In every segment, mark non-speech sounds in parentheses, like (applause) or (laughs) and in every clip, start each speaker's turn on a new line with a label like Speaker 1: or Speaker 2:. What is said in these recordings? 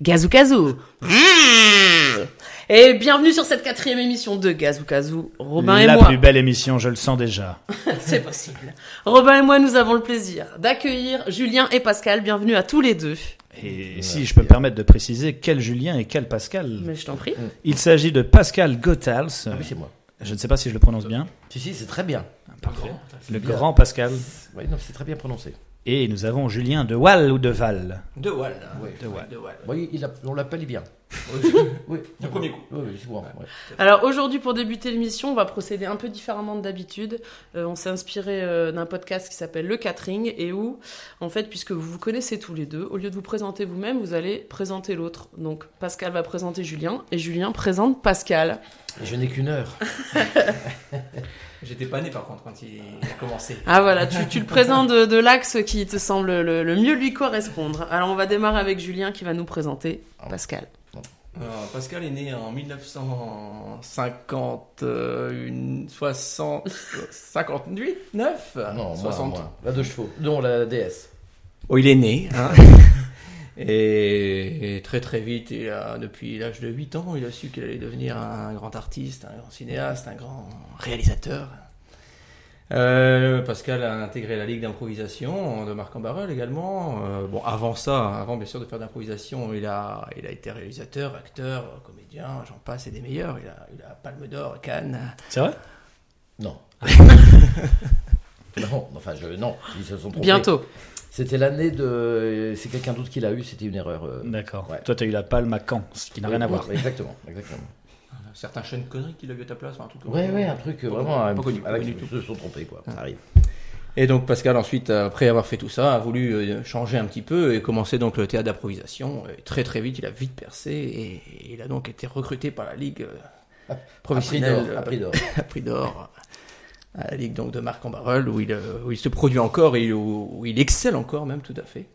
Speaker 1: Gazou Kazou Mmh. Et bienvenue sur cette quatrième émission de Gazou Kazou, Robin
Speaker 2: La
Speaker 1: et moi.
Speaker 2: plus belle émission, je le sens déjà.
Speaker 1: (laughs) C'est possible. Robin et moi, nous avons le plaisir d'accueillir Julien et Pascal. Bienvenue à tous les deux.
Speaker 2: Et si je peux me permettre de préciser, quel Julien et quel Pascal
Speaker 1: Mais je t'en prie.
Speaker 2: Il s'agit de Pascal Gothals.
Speaker 3: Ah oui, c'est moi.
Speaker 2: Je ne sais pas si je le prononce bien.
Speaker 3: Si, si, c'est très bien.
Speaker 2: Le grand Pascal.
Speaker 3: Oui, non, c'est très bien prononcé.
Speaker 2: Et nous avons Julien de Wall ou de Val.
Speaker 4: De Wall. hein.
Speaker 3: Oui.
Speaker 2: De Wall.
Speaker 4: De Wall.
Speaker 3: Oui, il a- on l'appelle bien. Oui.
Speaker 4: Du premier coup.
Speaker 3: Oui, oui, souvent. ouais.
Speaker 1: Alors aujourd'hui, pour débuter l'émission, on va procéder un peu différemment de d'habitude. Euh, on s'est inspiré euh, d'un podcast qui s'appelle Le Catering et où, en fait, puisque vous vous connaissez tous les deux, au lieu de vous présenter vous-même, vous allez présenter l'autre. Donc Pascal va présenter Julien et Julien présente Pascal.
Speaker 3: Et Je n'ai qu'une heure.
Speaker 4: J'étais pas né par contre quand il a commencé.
Speaker 1: Ah voilà, tu, tu le présentes de, de l'axe qui te semble le, le mieux lui correspondre. Alors on va démarrer avec Julien qui va nous présenter
Speaker 2: Ah,
Speaker 1: Pascal.
Speaker 4: Alors, Pascal est né en 1950, euh, une 60, 58, 9,
Speaker 3: Ah Non,
Speaker 4: 60.
Speaker 3: moi, moi. La deux chevaux. Non, la DS.
Speaker 4: Oh, il est né. hein. (laughs) et, et très très vite, il a- depuis l'âge de 8 ans, il a su qu'il allait devenir un grand artiste, un grand cinéaste, un grand réalisateur. Euh, Pascal a intégré la Ligue d'improvisation de Marc en Barrel également. Euh, bon, avant ça, avant bien sûr de faire de l'improvisation, il a, il a été réalisateur, acteur, comédien, j'en passe et des meilleurs. Il a, il a Palme d'Or, Cannes.
Speaker 2: C'est vrai
Speaker 4: (laughs)
Speaker 3: Non. non, enfin, je, non, ils se sont trompés.
Speaker 1: Bientôt.
Speaker 3: C'était l'année de. C'est quelqu'un d'autre qui l'a eu, c'était une erreur. euh,
Speaker 2: D'accord.
Speaker 3: Ouais.
Speaker 2: Toi, tu as eu la palme à Caen, ce qui n'a
Speaker 3: oui,
Speaker 2: rien à
Speaker 3: oui,
Speaker 2: voir.
Speaker 3: Exactement, exactement.
Speaker 4: Un certain Sean Connery qui l'a vu à ta place, enfin, un truc comme
Speaker 3: Ouais,
Speaker 4: ça.
Speaker 3: ouais, un truc euh,
Speaker 4: Pas
Speaker 3: vraiment.
Speaker 4: connu,
Speaker 3: euh,
Speaker 4: pas connu, pas
Speaker 3: Alex,
Speaker 4: connu du
Speaker 3: ils se sont trompés, quoi. Ça arrive.
Speaker 4: Et donc Pascal, ensuite, après avoir fait tout ça, a voulu euh, changer un petit peu et commencer donc le théâtre d'improvisation. Et très très vite, il a vite percé et il a donc été recruté par la Ligue euh,
Speaker 3: d'or,
Speaker 4: professionnelle
Speaker 3: à prix d'or.
Speaker 4: (laughs) à prix d'or, à la Ligue donc de Marc en Barrel, où il, euh, où il se produit encore et où, où il excelle encore même tout à fait.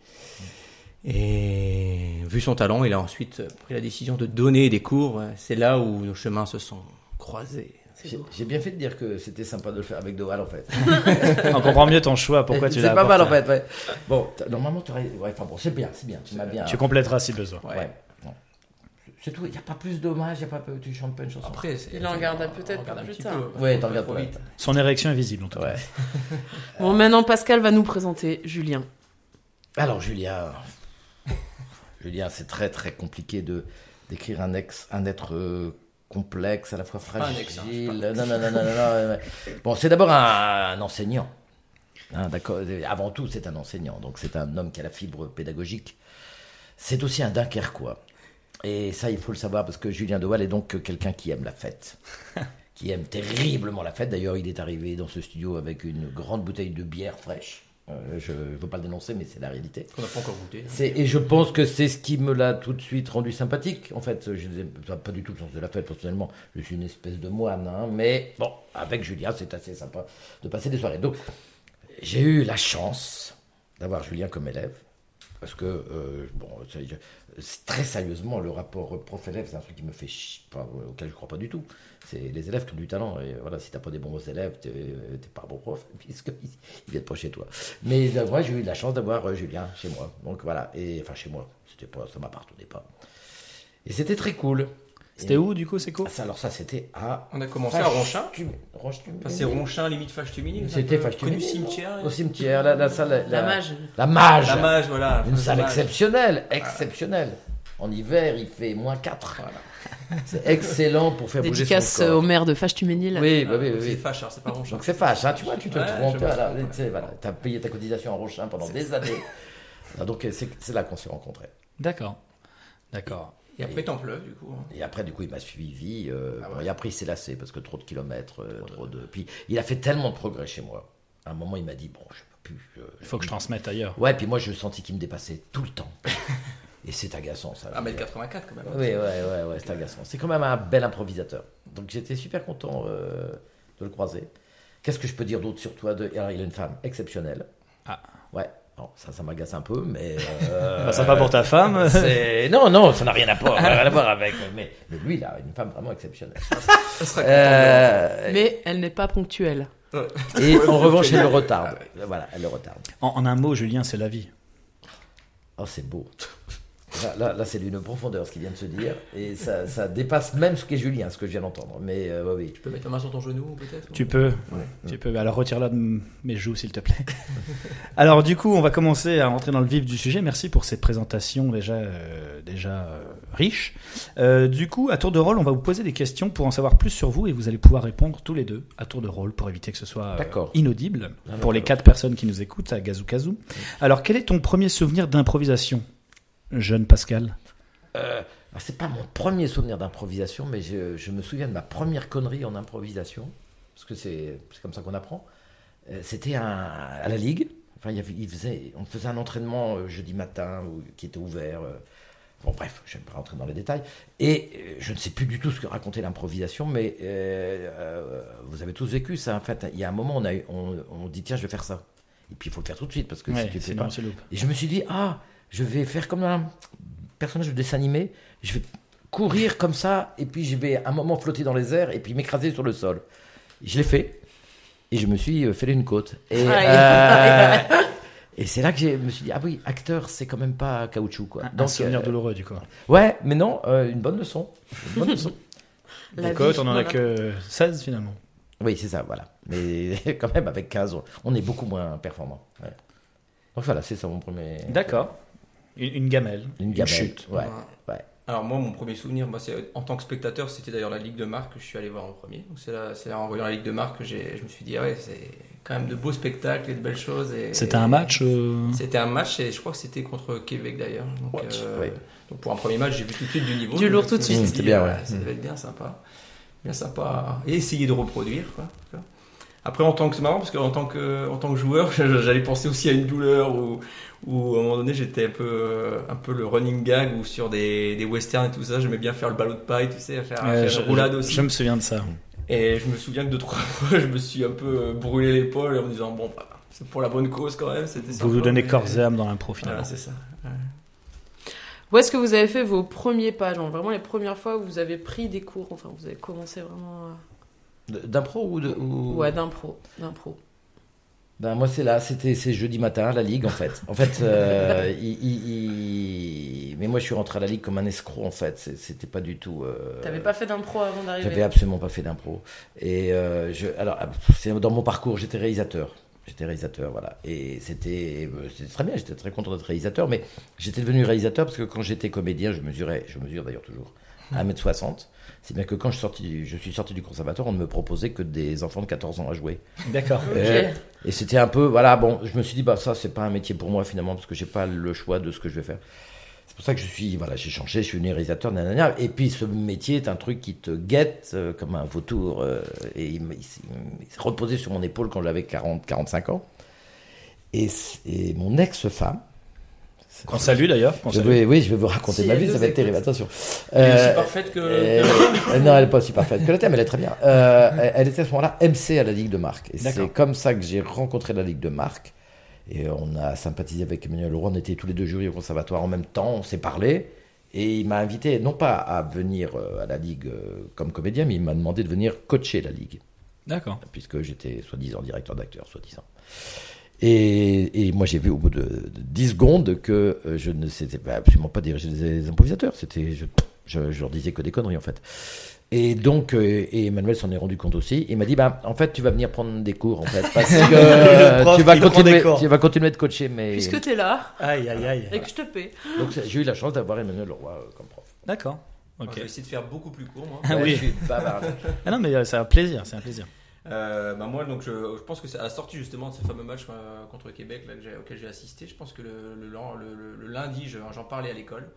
Speaker 4: Et vu son talent, il a ensuite pris la décision de donner des cours. C'est là où nos chemins se sont croisés.
Speaker 3: J'ai j'ai bien fait de dire que c'était sympa de le faire avec Doral, en fait.
Speaker 2: On comprend mieux ton choix,
Speaker 3: (laughs)
Speaker 2: pourquoi tu l'as
Speaker 3: C'est pas mal, en
Speaker 2: apporté.
Speaker 3: fait. ouais. Bon, t'as- normalement, tu aurais. Ouais, enfin, bon, c'est bien, c'est bien. Tu m'as bien.
Speaker 2: Tu compléteras si besoin.
Speaker 3: Ouais. non. C'est tout. Il n'y a pas plus d'hommages, il n'y a pas peu- Tu chantes pas une chanson.
Speaker 4: Après,
Speaker 1: Il en garda peut-être
Speaker 4: un
Speaker 1: plus
Speaker 4: petit
Speaker 1: tard.
Speaker 4: peu. hein.
Speaker 3: Ouais, t'en regardes pas.
Speaker 4: vite.
Speaker 2: Son érection est visible, en tout cas.
Speaker 3: Ouais.
Speaker 2: Ah.
Speaker 1: Bon, maintenant Pascal va nous présenter Julien.
Speaker 3: Alors, Julien. (laughs) Julien, c'est très, très compliqué de d'écrire un ex, un être euh, complexe, à la fois
Speaker 4: pas un
Speaker 3: fragile.
Speaker 4: ex, hein,
Speaker 3: non, non, non, non, non, non, ouais. Bon, c'est d'abord un, un enseignant. Hein, d'accord. Avant tout, c'est un enseignant. Donc, c'est un homme qui a la fibre pédagogique. C'est aussi un Dunkerquois. Et ça, il faut le savoir parce que Julien Dewaal est donc quelqu'un qui aime la fête. qui aime terriblement la fête. D'ailleurs, il est arrivé dans ce studio avec une grande bouteille de bière fraîche. Euh, je ne veux pas le dénoncer, mais c'est la réalité.
Speaker 4: Qu'on n'a pas encore goûté.
Speaker 3: C'est- et je pense que c'est ce qui me l'a tout de suite rendu sympathique. En fait, je n'ai pas- pas du tout le sens de la fête personnellement. Je suis une espèce de moine, hein, mais bon, avec Julien, c'est assez sympa de passer des soirées. Donc, j'ai eu la chance d'avoir Julien comme élève. Parce que, euh, bon, c'est- je- c'est- très sérieusement, le rapport prof-élève, c'est un truc qui me fait chi- enfin, auquel je crois pas du tout. C'est les élèves qui ont du talent. Et voilà, si t'as pas des bons élèves, t'es t'es pas un bon prof, (laughs) puisqu'ils ils viennent pas chez toi. Mais euh, moi, j'ai eu la chance d'avoir euh, Julien chez moi. Donc voilà, et enfin chez moi, c'était pas, ça m'appartenait pas. Et c'était très cool.
Speaker 2: C'était
Speaker 3: Et-
Speaker 2: où, du coup, c'est cool
Speaker 3: Ah, ça, Alors ça, c'était à.
Speaker 4: On a commencé à Ronchin.
Speaker 3: Ronchin.
Speaker 4: Enfin, c'est Ronchin, limite Fachtumini.
Speaker 3: C'était
Speaker 4: Connu
Speaker 3: Fachtumini.
Speaker 4: cimetière. euh,
Speaker 3: Au cimetière, la, la salle. La,
Speaker 1: mage.
Speaker 3: La mage.
Speaker 4: La mage, voilà.
Speaker 3: Une salle
Speaker 4: La mage.
Speaker 3: exceptionnelle, exceptionnelle. En hiver, il fait moins 4. C'est excellent
Speaker 1: (laughs)
Speaker 3: pour faire bouger
Speaker 1: Dédicace
Speaker 3: son
Speaker 1: au
Speaker 3: corps.
Speaker 1: maire de Fashtuménil.
Speaker 3: Oui, bah oui, oui,
Speaker 4: C'est
Speaker 3: oui.
Speaker 4: Fach, alors c'est pas Ronchin.
Speaker 3: Donc c'est fâche, hein, tu vois, tu te
Speaker 4: Ouais,
Speaker 3: trompes.
Speaker 4: je me
Speaker 3: voilà,
Speaker 4: trompe,
Speaker 3: tu sais, voilà, t'as payé ta cotisation en Rochin pendant des années. Ah, Donc c'est c'est là qu'on s'est rencontrés.
Speaker 2: D'accord. D'accord.
Speaker 4: Et après, t'en pleuve, du coup. hein.
Speaker 3: Et après, du coup, il m'a suivi. euh,
Speaker 4: Ah
Speaker 3: bon,
Speaker 4: ouais.
Speaker 3: et après, il s'est lassé parce que trop de kilomètres, euh, trop de. Puis il a fait tellement de progrès chez moi. À un moment, il m'a dit bon, je peux plus. euh,
Speaker 2: Il faut que je transmette ailleurs.
Speaker 3: Ouais, puis moi, je sentis qu'il me dépassait tout le
Speaker 4: (laughs)
Speaker 3: temps. et c'est agaçant,
Speaker 4: Ah,
Speaker 3: ça.
Speaker 4: 1m84, quand même.
Speaker 3: Oui, ouais, ouais, ouais, c'est agaçant. C'est quand même un bel improvisateur. Donc j'étais super content euh, de le croiser. Qu'est-ce que je peux dire d'autre sur toi de... Alors, il est une femme exceptionnelle.
Speaker 2: Ah.
Speaker 3: Ouais, Bon, ça, ça m'agace un peu,
Speaker 2: (laughs)
Speaker 3: mais. euh,
Speaker 2: Bah, sympa pour ta femme.
Speaker 3: c'est- Non, non, ça n'a rien à voir, rien à voir avec. Mais, mais lui, il a une femme vraiment exceptionnelle.
Speaker 4: Ça serait
Speaker 3: Euh,
Speaker 1: Mais elle n'est pas ponctuelle.
Speaker 3: Et
Speaker 2: (laughs)
Speaker 3: en revanche, elle le retarde.
Speaker 2: Ah
Speaker 3: Voilà, elle le retarde.
Speaker 2: (laughs) En, en un mot, Julien, c'est la vie.
Speaker 3: Oh, c'est beau. Là, là, là, c'est d'une profondeur ce qui vient de se dire. Et ça, ça dépasse même ce qu'est Julien, ce que je viens d'entendre. Mais euh, ouais, oui.
Speaker 4: Tu peux mettre la main sur ton genou, peut-être
Speaker 2: Tu peux. Tu peux. Alors retire-la de mes joues, s'il te plaît. (laughs) Alors du coup, on va commencer à rentrer dans le vif du sujet. Merci pour cette présentation déjà, euh, déjà euh, riche. Euh, du coup, à tour de rôle, on va vous poser des questions pour en savoir plus sur vous et vous allez pouvoir répondre tous les deux à tour de rôle pour éviter que ce soit euh,
Speaker 3: D'accord.
Speaker 2: inaudible
Speaker 3: Ah,
Speaker 2: pour les
Speaker 3: d'accord.
Speaker 2: quatre personnes qui nous écoutent à Gazou Alors, quel est ton premier souvenir d'improvisation, jeune Pascal
Speaker 3: Euh, alors, c'est pas mon premier souvenir d'improvisation, mais je, je me souviens de ma première connerie en improvisation, parce que c'est c'est comme ça qu'on apprend. Euh, C'était un- à la Ligue. Enfin, il y avait- il faisait, on faisait un entraînement euh, jeudi matin ou- qui était ouvert. euh, Bon, bref, je ne vais pas rentrer dans les détails. Et euh, je ne sais plus du tout ce que racontait l'improvisation, mais euh, euh, vous avez tous vécu ça. En fait, il y a un moment, on, a eu- on, on dit tiens, je vais faire ça. Et puis, il faut le faire tout de suite, parce que si tu le fais pas, et je me suis dit, ah, je vais faire comme un personnage de dessin animé, je vais courir comme ça, et puis je vais un moment flotter dans les airs, et puis m'écraser sur le sol. Je l'ai fait, et je me suis euh, fait une côte. Et,
Speaker 1: Aïe.
Speaker 2: (laughs)
Speaker 3: euh, et c'est là que je me suis dit, ah oui, acteur, c'est quand même pas caoutchouc. Quoi.
Speaker 2: Un, un
Speaker 3: Donc,
Speaker 2: souvenir
Speaker 3: euh,
Speaker 2: douloureux, du coup.
Speaker 3: Ouais, mais non, euh, une bonne leçon. Une
Speaker 2: (laughs)
Speaker 3: bonne leçon.
Speaker 1: La
Speaker 2: Des cotes,
Speaker 1: vie,
Speaker 2: on en a
Speaker 1: voilà.
Speaker 2: que 16 finalement.
Speaker 3: Oui, c'est ça, voilà. Mais (laughs) quand même, avec 15, on- on est beaucoup moins performant. ouais. Donc voilà, c'est ça mon premier.
Speaker 2: D'accord. Une, une gamelle.
Speaker 3: Une gamelle.
Speaker 2: chute.
Speaker 3: Ouais, ouais.
Speaker 4: Alors moi, mon premier souvenir, moi, c'est en tant que spectateur, c'était d'ailleurs la Ligue de Marc que je suis allé voir en premier. Donc c'est là, c'est là en voyant la Ligue de Marc que j'ai- je me suis dit, ah ouais, c'est quand même de beaux spectacles et de belles choses. et-
Speaker 2: C'était un match euh,
Speaker 4: C'était un match et je crois que c'était contre Québec d'ailleurs. Donc,
Speaker 3: Ouais,
Speaker 4: euh,
Speaker 3: ouais.
Speaker 4: donc pour un premier match, j'ai vu tout de suite du niveau.
Speaker 1: Du lourd
Speaker 4: Donc,
Speaker 1: tout de
Speaker 4: je me suis
Speaker 3: suite. Mmh, c'était
Speaker 4: dit,
Speaker 3: bien,
Speaker 4: euh,
Speaker 3: ouais.
Speaker 2: Hmm.
Speaker 4: Ça devait être bien sympa. Bien sympa. à- Et essayer de reproduire. Quoi. Après, en tant que c'est marrant parce qu'en tant que en tant que joueur, (laughs) je- j'allais penser aussi à une douleur ou ou à un moment donné j'étais un peu euh, un peu le running gag ou sur des, des westerns et tout ça. J'aimais bien faire le ballot de paille, tu sais, à faire, à
Speaker 2: euh,
Speaker 4: faire
Speaker 2: je-
Speaker 4: roulade
Speaker 2: je-
Speaker 4: aussi.
Speaker 2: Je me souviens de ça.
Speaker 4: Et je me souviens que deux (laughs) trois fois, je me suis un peu euh, brûlé l'épaule en me disant bon, bah, c'est pour la bonne cause quand même. C'était
Speaker 2: Vous vous
Speaker 4: sympa,
Speaker 2: donnez
Speaker 4: mais-
Speaker 2: corps et âme dans l'impro finalement.
Speaker 4: Voilà, c'est ça.
Speaker 1: Où est-ce que vous avez fait vos premiers pas, genre vraiment les premières fois où vous avez pris des cours, enfin vous avez commencé vraiment à-
Speaker 3: D'impro ou de. ou-
Speaker 1: ouais, d'impro, d'impro.
Speaker 3: Ben, moi, c'est là, c'était c'est jeudi matin, la Ligue, en fait. En fait, euh,
Speaker 1: (laughs)
Speaker 3: il- il- il- mais moi, je suis rentré à la Ligue comme un escroc, en fait. C'est- C'était pas du tout. euh,
Speaker 1: T'avais pas fait d'impro avant
Speaker 3: J'avais
Speaker 1: d'arriver.
Speaker 3: absolument pas fait d'impro. Et euh, je, alors, ah, c'est dans mon parcours, j'étais réalisateur. J'étais réalisateur, voilà. Et c'était euh, c'était très bien, j'étais très content d'être réalisateur, mais j'étais devenu réalisateur parce que quand j'étais comédien, je mesurais, je mesure d'ailleurs toujours, 1m60. C'est bien que quand je, sortis, je suis sorti du conservatoire, on ne me proposait que des enfants de 14 ans à jouer.
Speaker 2: D'accord.
Speaker 1: Ok.
Speaker 3: Euh, Et c'était un peu, voilà, bon, je me suis dit, bah ça, c'est pas un métier pour moi finalement, parce que j'ai pas le choix de ce que je vais faire. C'est pour ça que je suis, voilà, j'ai changé, je suis né réalisateur, nanana. Et puis ce métier est un truc qui te guette euh, comme un vautour, euh, et il, me- il s- il s'est reposé sur mon épaule quand j'avais 40, 45 ans. Et, c- et mon ex-femme,
Speaker 2: Qu'on salue d'ailleurs. qu'on
Speaker 3: je
Speaker 2: salue.
Speaker 3: vais- oui, je vais vous raconter
Speaker 4: Si
Speaker 3: ma
Speaker 4: elle
Speaker 3: vie,
Speaker 4: nous
Speaker 3: ça va être
Speaker 4: écoute.
Speaker 3: terrible, attention.
Speaker 4: Elle est
Speaker 3: Euh,
Speaker 4: aussi parfaite que.
Speaker 3: euh, euh, non, elle n'est pas aussi parfaite que le thème, elle est très bien. Euh, elle- elle était à ce moment-là MC à la Ligue de Marc. Et
Speaker 2: D'accord.
Speaker 3: c'est comme ça que j'ai rencontré la Ligue de Marc. Et on a sympathisé avec Emmanuel Leroy. On était tous les deux jurés au conservatoire en même temps. On s'est parlé. Et il m'a invité, non pas à venir euh, à la Ligue euh, comme comédien, mais il m'a demandé de venir coacher la Ligue
Speaker 2: D'accord.
Speaker 3: puisque j'étais soi-disant directeur d'acteur, soi-disant. Et, et moi, j'ai vu au bout de, de 10 secondes que euh, je ne sais pas- absolument pas diriger des improvisateurs. C'était, je, je, je leur disais que des conneries, en fait. Et donc, euh, et Emmanuel s'en est rendu compte aussi. Il m'a dit, bah, en fait, tu vas venir prendre des cours, en fait,
Speaker 2: (laughs)
Speaker 3: parce que euh,
Speaker 2: Le prof
Speaker 3: tu, vas
Speaker 2: qui prend des
Speaker 3: continuer,
Speaker 2: cours.
Speaker 3: tu vas continuer de coacher. Mais...
Speaker 1: Puisque t'es là
Speaker 2: Aïe, aïe,
Speaker 1: et
Speaker 2: aïe.
Speaker 1: que je te paie.
Speaker 3: Donc, c'est- j'ai eu la chance d'avoir Emmanuel Leroy euh, comme prof.
Speaker 2: D'accord.
Speaker 4: Moi,
Speaker 2: Ok.
Speaker 4: Je vais essayer de faire beaucoup plus court. Moi,
Speaker 2: Ah
Speaker 3: Ouais,
Speaker 2: oui.
Speaker 3: Je suis bavard.
Speaker 1: (laughs)
Speaker 2: Ah non, mais euh, c'est un plaisir, c'est un plaisir.
Speaker 4: Euh, bah, moi, donc, je, je pense que c'est à la sortie justement de ce fameux match euh, contre Québec là, que j'ai- auquel j'ai assisté. Je pense que le, le, lan- le- le- le lundi, je- j'en parlais à l'école.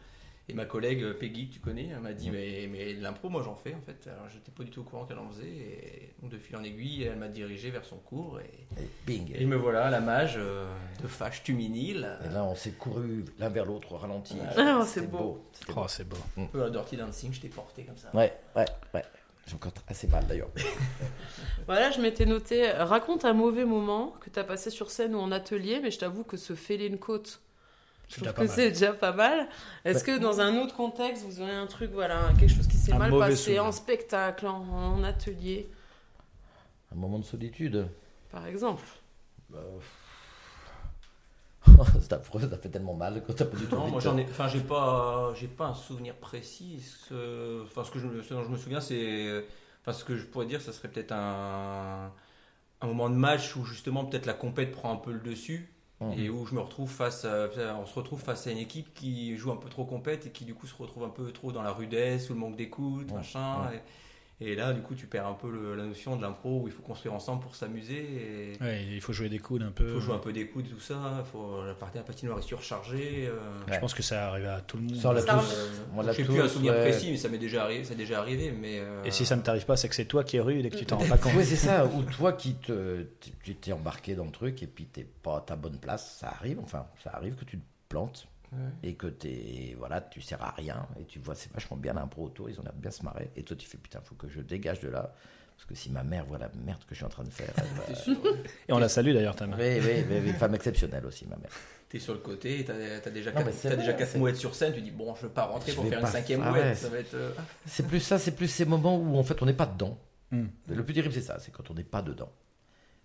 Speaker 4: Et ma collègue euh, Peggy, que tu connais, elle m'a dit mais, mais de l'impro, moi j'en fais en fait. Alors j'étais pas du tout au courant qu'elle en faisait. Et donc de fil en aiguille, elle m'a dirigé vers son cours. Et,
Speaker 3: Et bing.
Speaker 4: et me voilà à la mage euh, de Fâche Tuminil,
Speaker 3: Et là, on s'est couru l'un vers l'autre au ralenti.
Speaker 1: Ah, c'est
Speaker 3: C'était
Speaker 1: beau.
Speaker 3: C'était beau.
Speaker 2: Oh, c'est beau.
Speaker 4: un peu à Dirty Dancing, je t'ai porté comme ça.
Speaker 3: Ouais, ouais, ouais. J'ai encore assez mal d'ailleurs.
Speaker 1: Voilà, Bah je m'étais noté. Raconte un mauvais moment que t'as passé sur scène ou en atelier, mais je t'avoue que se fêler une côte, je
Speaker 2: C'est déjà
Speaker 1: trouve
Speaker 2: pas
Speaker 1: que
Speaker 2: mal. Bah,
Speaker 1: c'est déjà pas mal. Est-ce que dans un autre contexte, vous aurez un truc, voilà, quelque chose qui s'est
Speaker 2: Un
Speaker 1: mal
Speaker 2: mauvais
Speaker 1: passé
Speaker 2: souvenir.
Speaker 1: en spectacle, en, en atelier
Speaker 3: Un moment de solitude. (laughs)
Speaker 1: par exemple.
Speaker 3: Bah, c'est affreux, ça fait tellement mal quand t'as pas du tout
Speaker 4: Non,
Speaker 3: envie
Speaker 4: moi
Speaker 3: de-
Speaker 4: j'en ai, enfin j'ai pas, j'ai pas un souvenir précis. Ce, enfin ce que je, me- ce dont je me souviens, c'est, enfin ce que je pourrais dire, ça serait peut-être un, un moment de match où justement peut-être la compète prend un peu le dessus
Speaker 3: Mhm.
Speaker 4: et où je me retrouve face, à, on se retrouve face à une équipe qui joue un peu trop compète et qui du coup se retrouve un peu trop dans la rudesse ou le manque d'écoute,
Speaker 3: Mhm.
Speaker 4: machin. Et, et là, du coup, tu perds un peu le- la notion de l'impro où il faut construire ensemble pour s'amuser. Et...
Speaker 2: Ouais, il faut jouer des coudes un peu.
Speaker 4: Il faut jouer un peu des coups de tout ça, faut, la partie à patinoire est surchargée. euh,
Speaker 2: Je pense que ça arrive à tout le monde.
Speaker 3: Ça, on l'a
Speaker 1: Ça,
Speaker 3: tous.
Speaker 4: euh,
Speaker 3: on l'a
Speaker 4: J'ai
Speaker 3: tous,
Speaker 4: plus un souvenir
Speaker 3: ouais.
Speaker 4: précis, mais ça m'est déjà arrivé. Ça m'est déjà arrivé, mais euh,
Speaker 2: Et si ça ne t'arrive pas, c'est que c'est toi qui es rude et que tu t'en rends pas compte.
Speaker 3: Oui, c'est ça. Ou toi qui te, tu- tu t'es embarqué dans le truc et puis t'es pas à ta bonne place, ça arrive. Enfin, ça arrive que tu te plantes
Speaker 4: Ouais.
Speaker 3: et que t'es, voilà, tu sers à rien et tu vois, c'est vachement bien l'impro autour, ils ont l'air de bien se marrer. Et toi, tu fais putain, faut que je dégage de là parce que si ma mère voit la merde que je suis en train de faire,
Speaker 4: (laughs)
Speaker 3: elle va-
Speaker 4: t'es sur,
Speaker 2: Et on la salue d'ailleurs, ta main.
Speaker 3: oui, oui, oui, oui, femme exceptionnelle aussi, ma mère.
Speaker 4: t'es sur le côté, t'as as déjà
Speaker 3: Non, mais
Speaker 4: quatre,
Speaker 3: c'est
Speaker 4: t'as
Speaker 3: vrai,
Speaker 4: déjà quatre
Speaker 3: c'est-
Speaker 4: mouettes sur scène. Tu dis bon, je veux pas rentrer
Speaker 3: Je
Speaker 4: pour
Speaker 3: vais
Speaker 4: faire
Speaker 3: pas-
Speaker 4: une cinquième
Speaker 3: ah
Speaker 4: mouette.
Speaker 3: ouais.
Speaker 4: Ça va être euh,
Speaker 3: C'est plus ça, c'est plus ces moments où en fait on n'est pas dedans.
Speaker 2: Hmm.
Speaker 3: Le plus terrible, c'est ça, c'est quand on n'est pas dedans.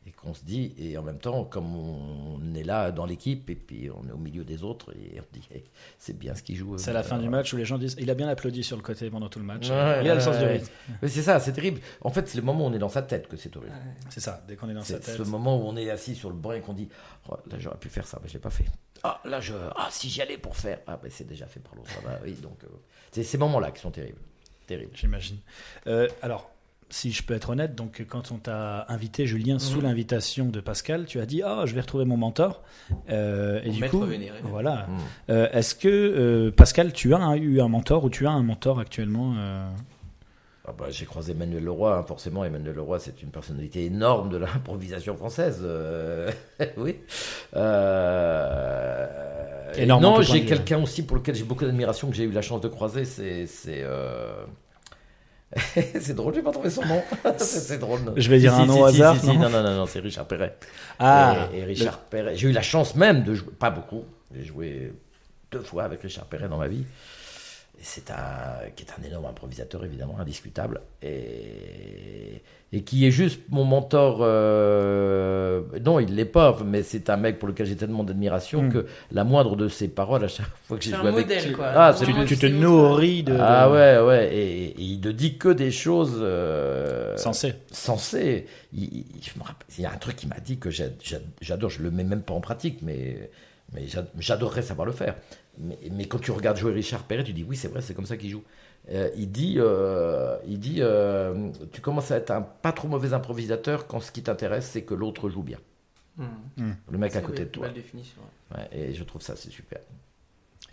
Speaker 3: Et qu'on se dit, et en même temps, comme on est là dans l'équipe, et puis on est au milieu des autres, et on dit, eh, c'est bien ce qu'ils jouent.
Speaker 2: C'est la fin du
Speaker 3: Euh,
Speaker 2: match où les gens disent il a bien applaudi sur le côté pendant tout le match.
Speaker 3: Ouais,
Speaker 2: il a le sens
Speaker 3: ouais,
Speaker 2: du
Speaker 3: ouais.
Speaker 2: rythme.
Speaker 3: Mais c'est ça, c'est terrible. En fait, c'est le moment où on est dans sa tête que c'est horrible.
Speaker 2: C'est ça, dès qu'on est dans sa
Speaker 3: C'est
Speaker 2: tête.
Speaker 3: ce moment où on est assis sur le banc et qu'on dit, Oh, là j'aurais pu faire ça, mais je l'ai pas fait. Ah, là je, ah si j'y allais pour faire, ah ben c'est déjà fait par l'autre. Ah, bah oui, donc euh, c'est ces moments-là qui sont terribles, terribles.
Speaker 2: J'imagine. Euh, alors, si je peux être honnête, donc quand on t'a invité, Julien,
Speaker 4: Mhm.
Speaker 2: sous l'invitation de Pascal, tu as dit ah, je vais retrouver mon mentor. Euh, et
Speaker 4: Mon
Speaker 2: du
Speaker 4: maître
Speaker 2: coup,
Speaker 4: vénéré.
Speaker 2: voilà.
Speaker 3: Mm.
Speaker 2: Euh, Est-ce que euh, Pascal, tu as un- eu un mentor ou tu as un mentor actuellement euh,
Speaker 3: Ah bah, j'ai croisé Emmanuel Leroy, hein. forcément. Emmanuel Leroy, c'est une personnalité énorme de l'improvisation française. euh, (laughs) oui. Euh,
Speaker 2: Énorme, en
Speaker 3: Non,
Speaker 2: tout point de
Speaker 3: j'ai
Speaker 2: vue.
Speaker 3: quelqu'un aussi pour lequel j'ai beaucoup d'admiration, que j'ai eu la chance de croiser. C'est. C'est euh, (laughs) c'est drôle, j'ai pas trouvé son nom. (laughs) c'est c'est drôle.
Speaker 2: Je vais dire
Speaker 3: Si,
Speaker 2: un
Speaker 3: si,
Speaker 2: nom
Speaker 3: si,
Speaker 2: au hasard,
Speaker 3: si, si,
Speaker 2: non
Speaker 3: non, non, non, non, c'est Richard Perret.
Speaker 2: Ah,
Speaker 3: et, et
Speaker 2: le-
Speaker 3: Richard Perret. J'ai eu la chance même de jouer, pas beaucoup, j'ai joué deux fois avec Richard Perret dans ma vie. Et C'est un, qui est un énorme improvisateur, évidemment, indiscutable, et, et qui est juste mon mentor. euh, non, il l'est pas, mais c'est un mec pour lequel j'ai tellement d'admiration
Speaker 2: Mm.
Speaker 3: que la moindre de ses paroles à chaque fois que j'ai
Speaker 1: C'est
Speaker 3: joué
Speaker 1: un
Speaker 3: avec
Speaker 1: modèle, quoi.
Speaker 3: Ah, c'est
Speaker 2: tu,
Speaker 1: Vraiment,
Speaker 2: tu te
Speaker 1: c'est autre.
Speaker 2: nourris de.
Speaker 3: ah ouais, ouais, et, et il ne dit que des choses. euh,
Speaker 2: Sensé.
Speaker 3: censé. Il, il- je me rappelle- il y a un truc qui m'a dit que j'a- j'a- j'adore, je le mets même pas en pratique, mais, mais j'a- j'adorerais savoir le faire. Mais, mais quand tu regardes jouer Richard Perret, tu dis oui, c'est vrai, c'est comme ça qu'il joue. Euh, il dit, euh, il dit euh, tu commences à être un pas trop mauvais improvisateur quand ce qui t'intéresse, c'est que l'autre joue bien.
Speaker 4: hmm.
Speaker 3: Le mec
Speaker 4: C'est
Speaker 3: à côté
Speaker 4: une
Speaker 3: de toi.
Speaker 4: belle définition.
Speaker 3: Ouais, et je trouve ça, c'est super.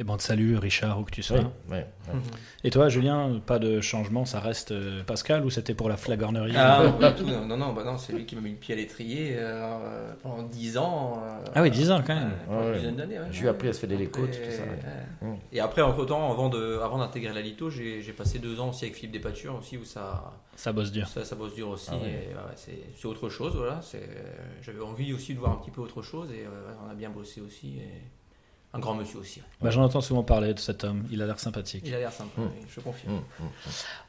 Speaker 2: Et bon, salut Richard, où que tu sois.
Speaker 3: Ouais, ouais, ouais.
Speaker 2: Et toi, Julien, pas de changement, ça reste euh, Pascal ou c'était pour la flagornerie
Speaker 4: Ah non, pas du tout, non, non, non, bah non, c'est lui qui m'a mis le pied à l'étrier euh, pendant 10 ans. euh,
Speaker 2: Ah oui, 10 ans quand même.
Speaker 4: euh, pendant une
Speaker 3: Ouais.
Speaker 4: dizaine d'années, ouais.
Speaker 3: Je lui ai appris à se faire des
Speaker 4: Après,
Speaker 3: côtes, tout ça. ouais.
Speaker 4: ouais.
Speaker 3: Mm.
Speaker 4: Et après, entre temps, avant de, avant d'intégrer la Lito, j'ai j'ai passé deux ans aussi avec Philippe Despatures aussi, où ça,
Speaker 2: Ça bosse dur.
Speaker 4: Ça, ça bosse dur aussi.
Speaker 3: Ah ouais.
Speaker 4: et, ouais, c'est c'est autre chose, voilà. c'est, euh, J'avais envie aussi de voir un petit peu autre chose et euh, ouais, on a bien bossé aussi. et Un grand monsieur aussi. ouais.
Speaker 2: Bah, J'en entends souvent parler de cet homme, il a l'air sympathique.
Speaker 4: Il a l'air sympa,
Speaker 3: Mm.
Speaker 4: oui, je confirme.
Speaker 3: Mm, mm.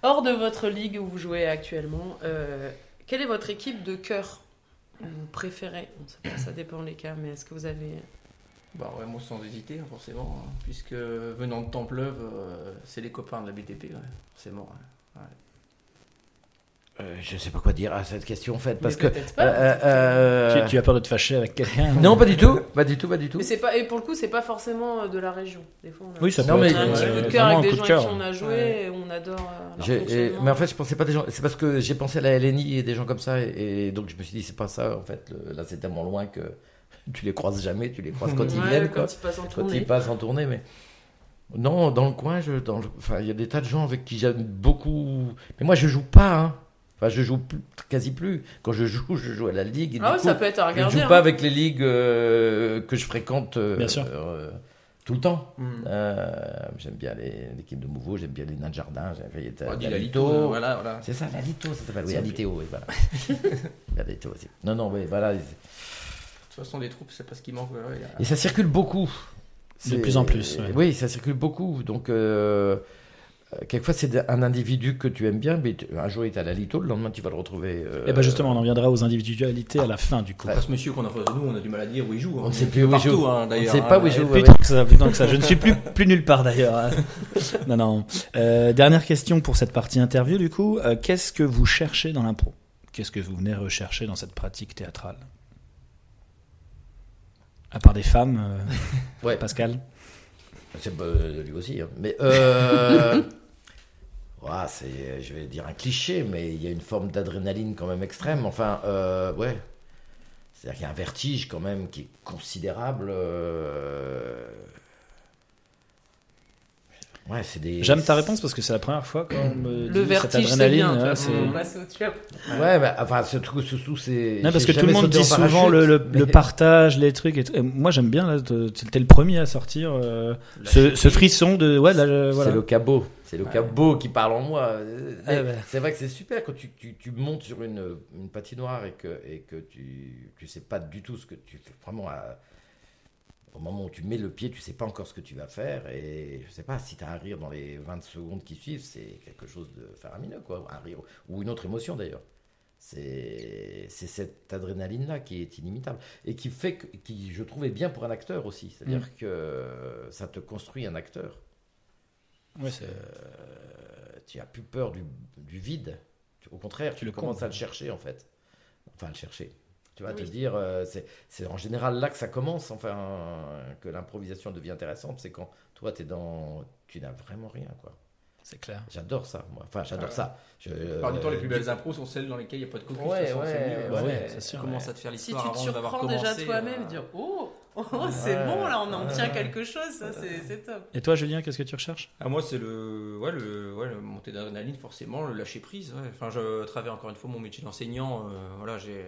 Speaker 1: Hors de votre ligue où vous jouez actuellement, euh, quelle est votre équipe de cœur vous préférez On sait pas, Ça dépend les cas, mais est-ce que vous avez
Speaker 4: Bah ouais, moi sans hésiter, hein, forcément, hein, puisque venant de Templeuve, euh, c'est les copains de la BTP, ouais, forcément. hein. ouais.
Speaker 3: Euh, je sais pas quoi dire à cette question, en fait, parce que.
Speaker 1: Mais peut-être pas.
Speaker 3: euh, euh,
Speaker 2: Tu, tu as peur de te fâcher avec quelqu'un
Speaker 3: (laughs) Non, pas du tout, pas du tout, pas du tout.
Speaker 1: Mais c'est pas et pour le coup, c'est pas forcément euh, de la région. Des fois, on a,
Speaker 2: Oui, ça
Speaker 1: on
Speaker 2: peut
Speaker 3: Non, mais-
Speaker 1: a un
Speaker 2: être, euh,
Speaker 1: petit coup de cœur
Speaker 2: vraiment
Speaker 1: avec
Speaker 2: un
Speaker 1: des
Speaker 2: coup
Speaker 1: gens
Speaker 2: de
Speaker 1: avec qui
Speaker 2: cœur.
Speaker 1: on a joué
Speaker 4: Ouais.
Speaker 1: et on adore. euh, leur
Speaker 3: J'ai- et-
Speaker 1: fonctionnement.
Speaker 3: mais en fait, je pensais pas des gens. C'est parce que j'ai pensé à la LNI et des gens comme ça, et, et donc je me suis dit, c'est pas ça. En fait, le- là, c'est tellement loin que (laughs) tu les croises jamais, tu les croises quand ils
Speaker 1: Ouais,
Speaker 3: viennent,
Speaker 1: quand
Speaker 3: quoi.
Speaker 1: ils passent en
Speaker 3: Quand ils
Speaker 1: tournée.
Speaker 3: passent en tournée, mais non, dans le coin, je, dans le- enfin, il y a des tas de gens avec qui j'aime beaucoup. Mais moi, je joue pas. Hein. Enfin, je joue plus- quasi plus. Quand je joue, je joue à la ligue. Et
Speaker 1: Ah
Speaker 3: du
Speaker 1: ouais,
Speaker 3: coup,
Speaker 1: ça peut être à
Speaker 3: je ne
Speaker 1: regarder.
Speaker 3: joue
Speaker 1: hein.
Speaker 3: pas avec les ligues euh, que je fréquente euh,
Speaker 2: Bien sûr.
Speaker 3: euh, tout le temps.
Speaker 4: Mm.
Speaker 3: Euh, j'aime bien les- l'équipe de Mouveau, j'aime bien les nains de jardin, j'aime bien
Speaker 2: Ah,
Speaker 4: On dit
Speaker 3: la
Speaker 4: la Lito, euh, voilà, voilà.
Speaker 3: C'est ça, la Lito, ça s'appelle. Oui,
Speaker 2: C'est
Speaker 3: la
Speaker 2: vrai.
Speaker 3: Lito, oui, voilà. (laughs) la Lito aussi. Non, non, oui, voilà. Et
Speaker 4: De toute façon, des troupes, c'est parce qu'il manque. voilà, il y a-
Speaker 3: ça circule beaucoup.
Speaker 2: De plus en plus, ouais.
Speaker 3: Oui, ça circule beaucoup. Donc, euh, euh, quelquefois c'est un individu que tu aimes bien, mais tu- un jour il est à la litho, le lendemain tu vas le retrouver. euh,
Speaker 2: Et ben justement, on en viendra aux individualités à la fin du coup.
Speaker 4: Parce que monsieur qu'on a en face de nous, on a du mal à dire où il joue.
Speaker 3: On
Speaker 4: hein.
Speaker 3: ne sait plus où il
Speaker 4: Partout,
Speaker 3: joue.
Speaker 4: hein,
Speaker 3: On ne
Speaker 4: d'ailleurs.
Speaker 3: sait pas où il
Speaker 4: hein.
Speaker 3: joue.
Speaker 2: Plus
Speaker 3: ouais,
Speaker 2: tant que ça, plus tant que ça. Je ne suis plus, plus nulle part d'ailleurs. hein. (laughs) Non, non. Euh, dernière question pour cette partie interview du coup. Euh, Qu'est-ce que vous cherchez dans l'impro Qu'est-ce que vous venez rechercher dans cette pratique théâtrale À part des femmes, euh,
Speaker 3: (laughs) Ouais.
Speaker 2: Pascal
Speaker 3: C'est euh, lui aussi. hein. Mais euh, ouah, c'est, je vais dire un cliché, mais il y a une forme d'adrénaline quand même extrême. Enfin, euh, ouais. C'est-à-dire qu'il y a un vertige quand même qui est considérable. euh. Ouais, c'est des.
Speaker 2: J'aime ta réponse parce que c'est la première fois qu'on me
Speaker 1: Le
Speaker 2: dit cette
Speaker 1: vertige, c'est
Speaker 2: adrénaline.
Speaker 1: bien. tu
Speaker 2: ouais,
Speaker 1: vois,
Speaker 2: c'est-
Speaker 1: on passe au-dessus après.
Speaker 3: Ouais, bah, enfin, ce truc, ce tout, c'est.
Speaker 2: Non, parce
Speaker 3: j'ai
Speaker 2: que tout le
Speaker 3: jamais
Speaker 2: monde
Speaker 3: sauté
Speaker 2: dit
Speaker 3: en
Speaker 2: souvent le, le-
Speaker 3: parachute,
Speaker 2: le
Speaker 3: mais-
Speaker 2: partage, les trucs. Et tout. Et moi, j'aime bien, là, te- t'es le premier à sortir euh, ce, ce frisson de. Ouais, là, je- euh, voilà.
Speaker 3: C'est le cabot. C'est le
Speaker 4: Ouais.
Speaker 3: cabot qui parle en moi. Euh,
Speaker 2: Ah
Speaker 3: mais
Speaker 2: ouais.
Speaker 3: C'est vrai que c'est super quand tu, tu- tu montes sur une, une patinoire et que, et que tu tu sais pas du tout ce que tu fais. Vraiment, à- au moment où tu mets le pied, tu sais pas encore ce que tu vas faire. Et je sais pas si tu as un rire dans les 20 secondes qui suivent, c'est quelque chose de faramineux, quoi. Un rire ou une autre émotion d'ailleurs. C'est c'est cette adrénaline-là qui est inimitable et qui fait que, qui, je trouvais bien pour un acteur aussi. C'est-à-dire
Speaker 2: Mm.
Speaker 3: que ça te construit un acteur.
Speaker 2: Ouais, c'est-
Speaker 3: Euh, tu as plus peur du, du vide. Tu- Au contraire, tu,
Speaker 2: le
Speaker 3: commences
Speaker 2: combles.
Speaker 3: à le chercher en fait. Enfin, à le chercher. Tu vas te dire, euh, c'est- c'est en général là que ça commence, enfin, euh, que l'improvisation devient intéressante. C'est quand toi, t'es dans, tu n'as vraiment rien, quoi.
Speaker 2: c'est clair.
Speaker 3: J'adore ça, moi. Enfin, j'adore
Speaker 4: Ouais.
Speaker 3: ça. Je,
Speaker 4: Par du temps, les plus
Speaker 3: euh,
Speaker 4: belles impros sont celles dans lesquelles il n'y a pas de coquille.
Speaker 3: Ouais,
Speaker 4: de toute façon, c'est
Speaker 3: ouais,
Speaker 4: mieux.
Speaker 2: Bah
Speaker 3: ouais,
Speaker 2: ouais, c'est sûr.
Speaker 4: Tu commences à te faire
Speaker 1: Si
Speaker 4: l'histoire
Speaker 1: tu te
Speaker 4: avant d'avoir
Speaker 1: surprends
Speaker 4: commencé. euh,
Speaker 1: déjà toi-même,
Speaker 4: à-
Speaker 1: dire oh, (laughs) oh, c'est
Speaker 3: Ouais.
Speaker 1: bon là, on en tient
Speaker 3: Ouais.
Speaker 1: quelque chose, ça c'est c'est top.
Speaker 2: Et toi, Julien, qu'est-ce que tu recherches
Speaker 4: Ah, moi, c'est le, ouais, le, ouais, le montée d'adrénaline, forcément, le lâcher prise. ouais. Enfin, je à travers encore une fois mon métier d'enseignant. euh, voilà, j'ai,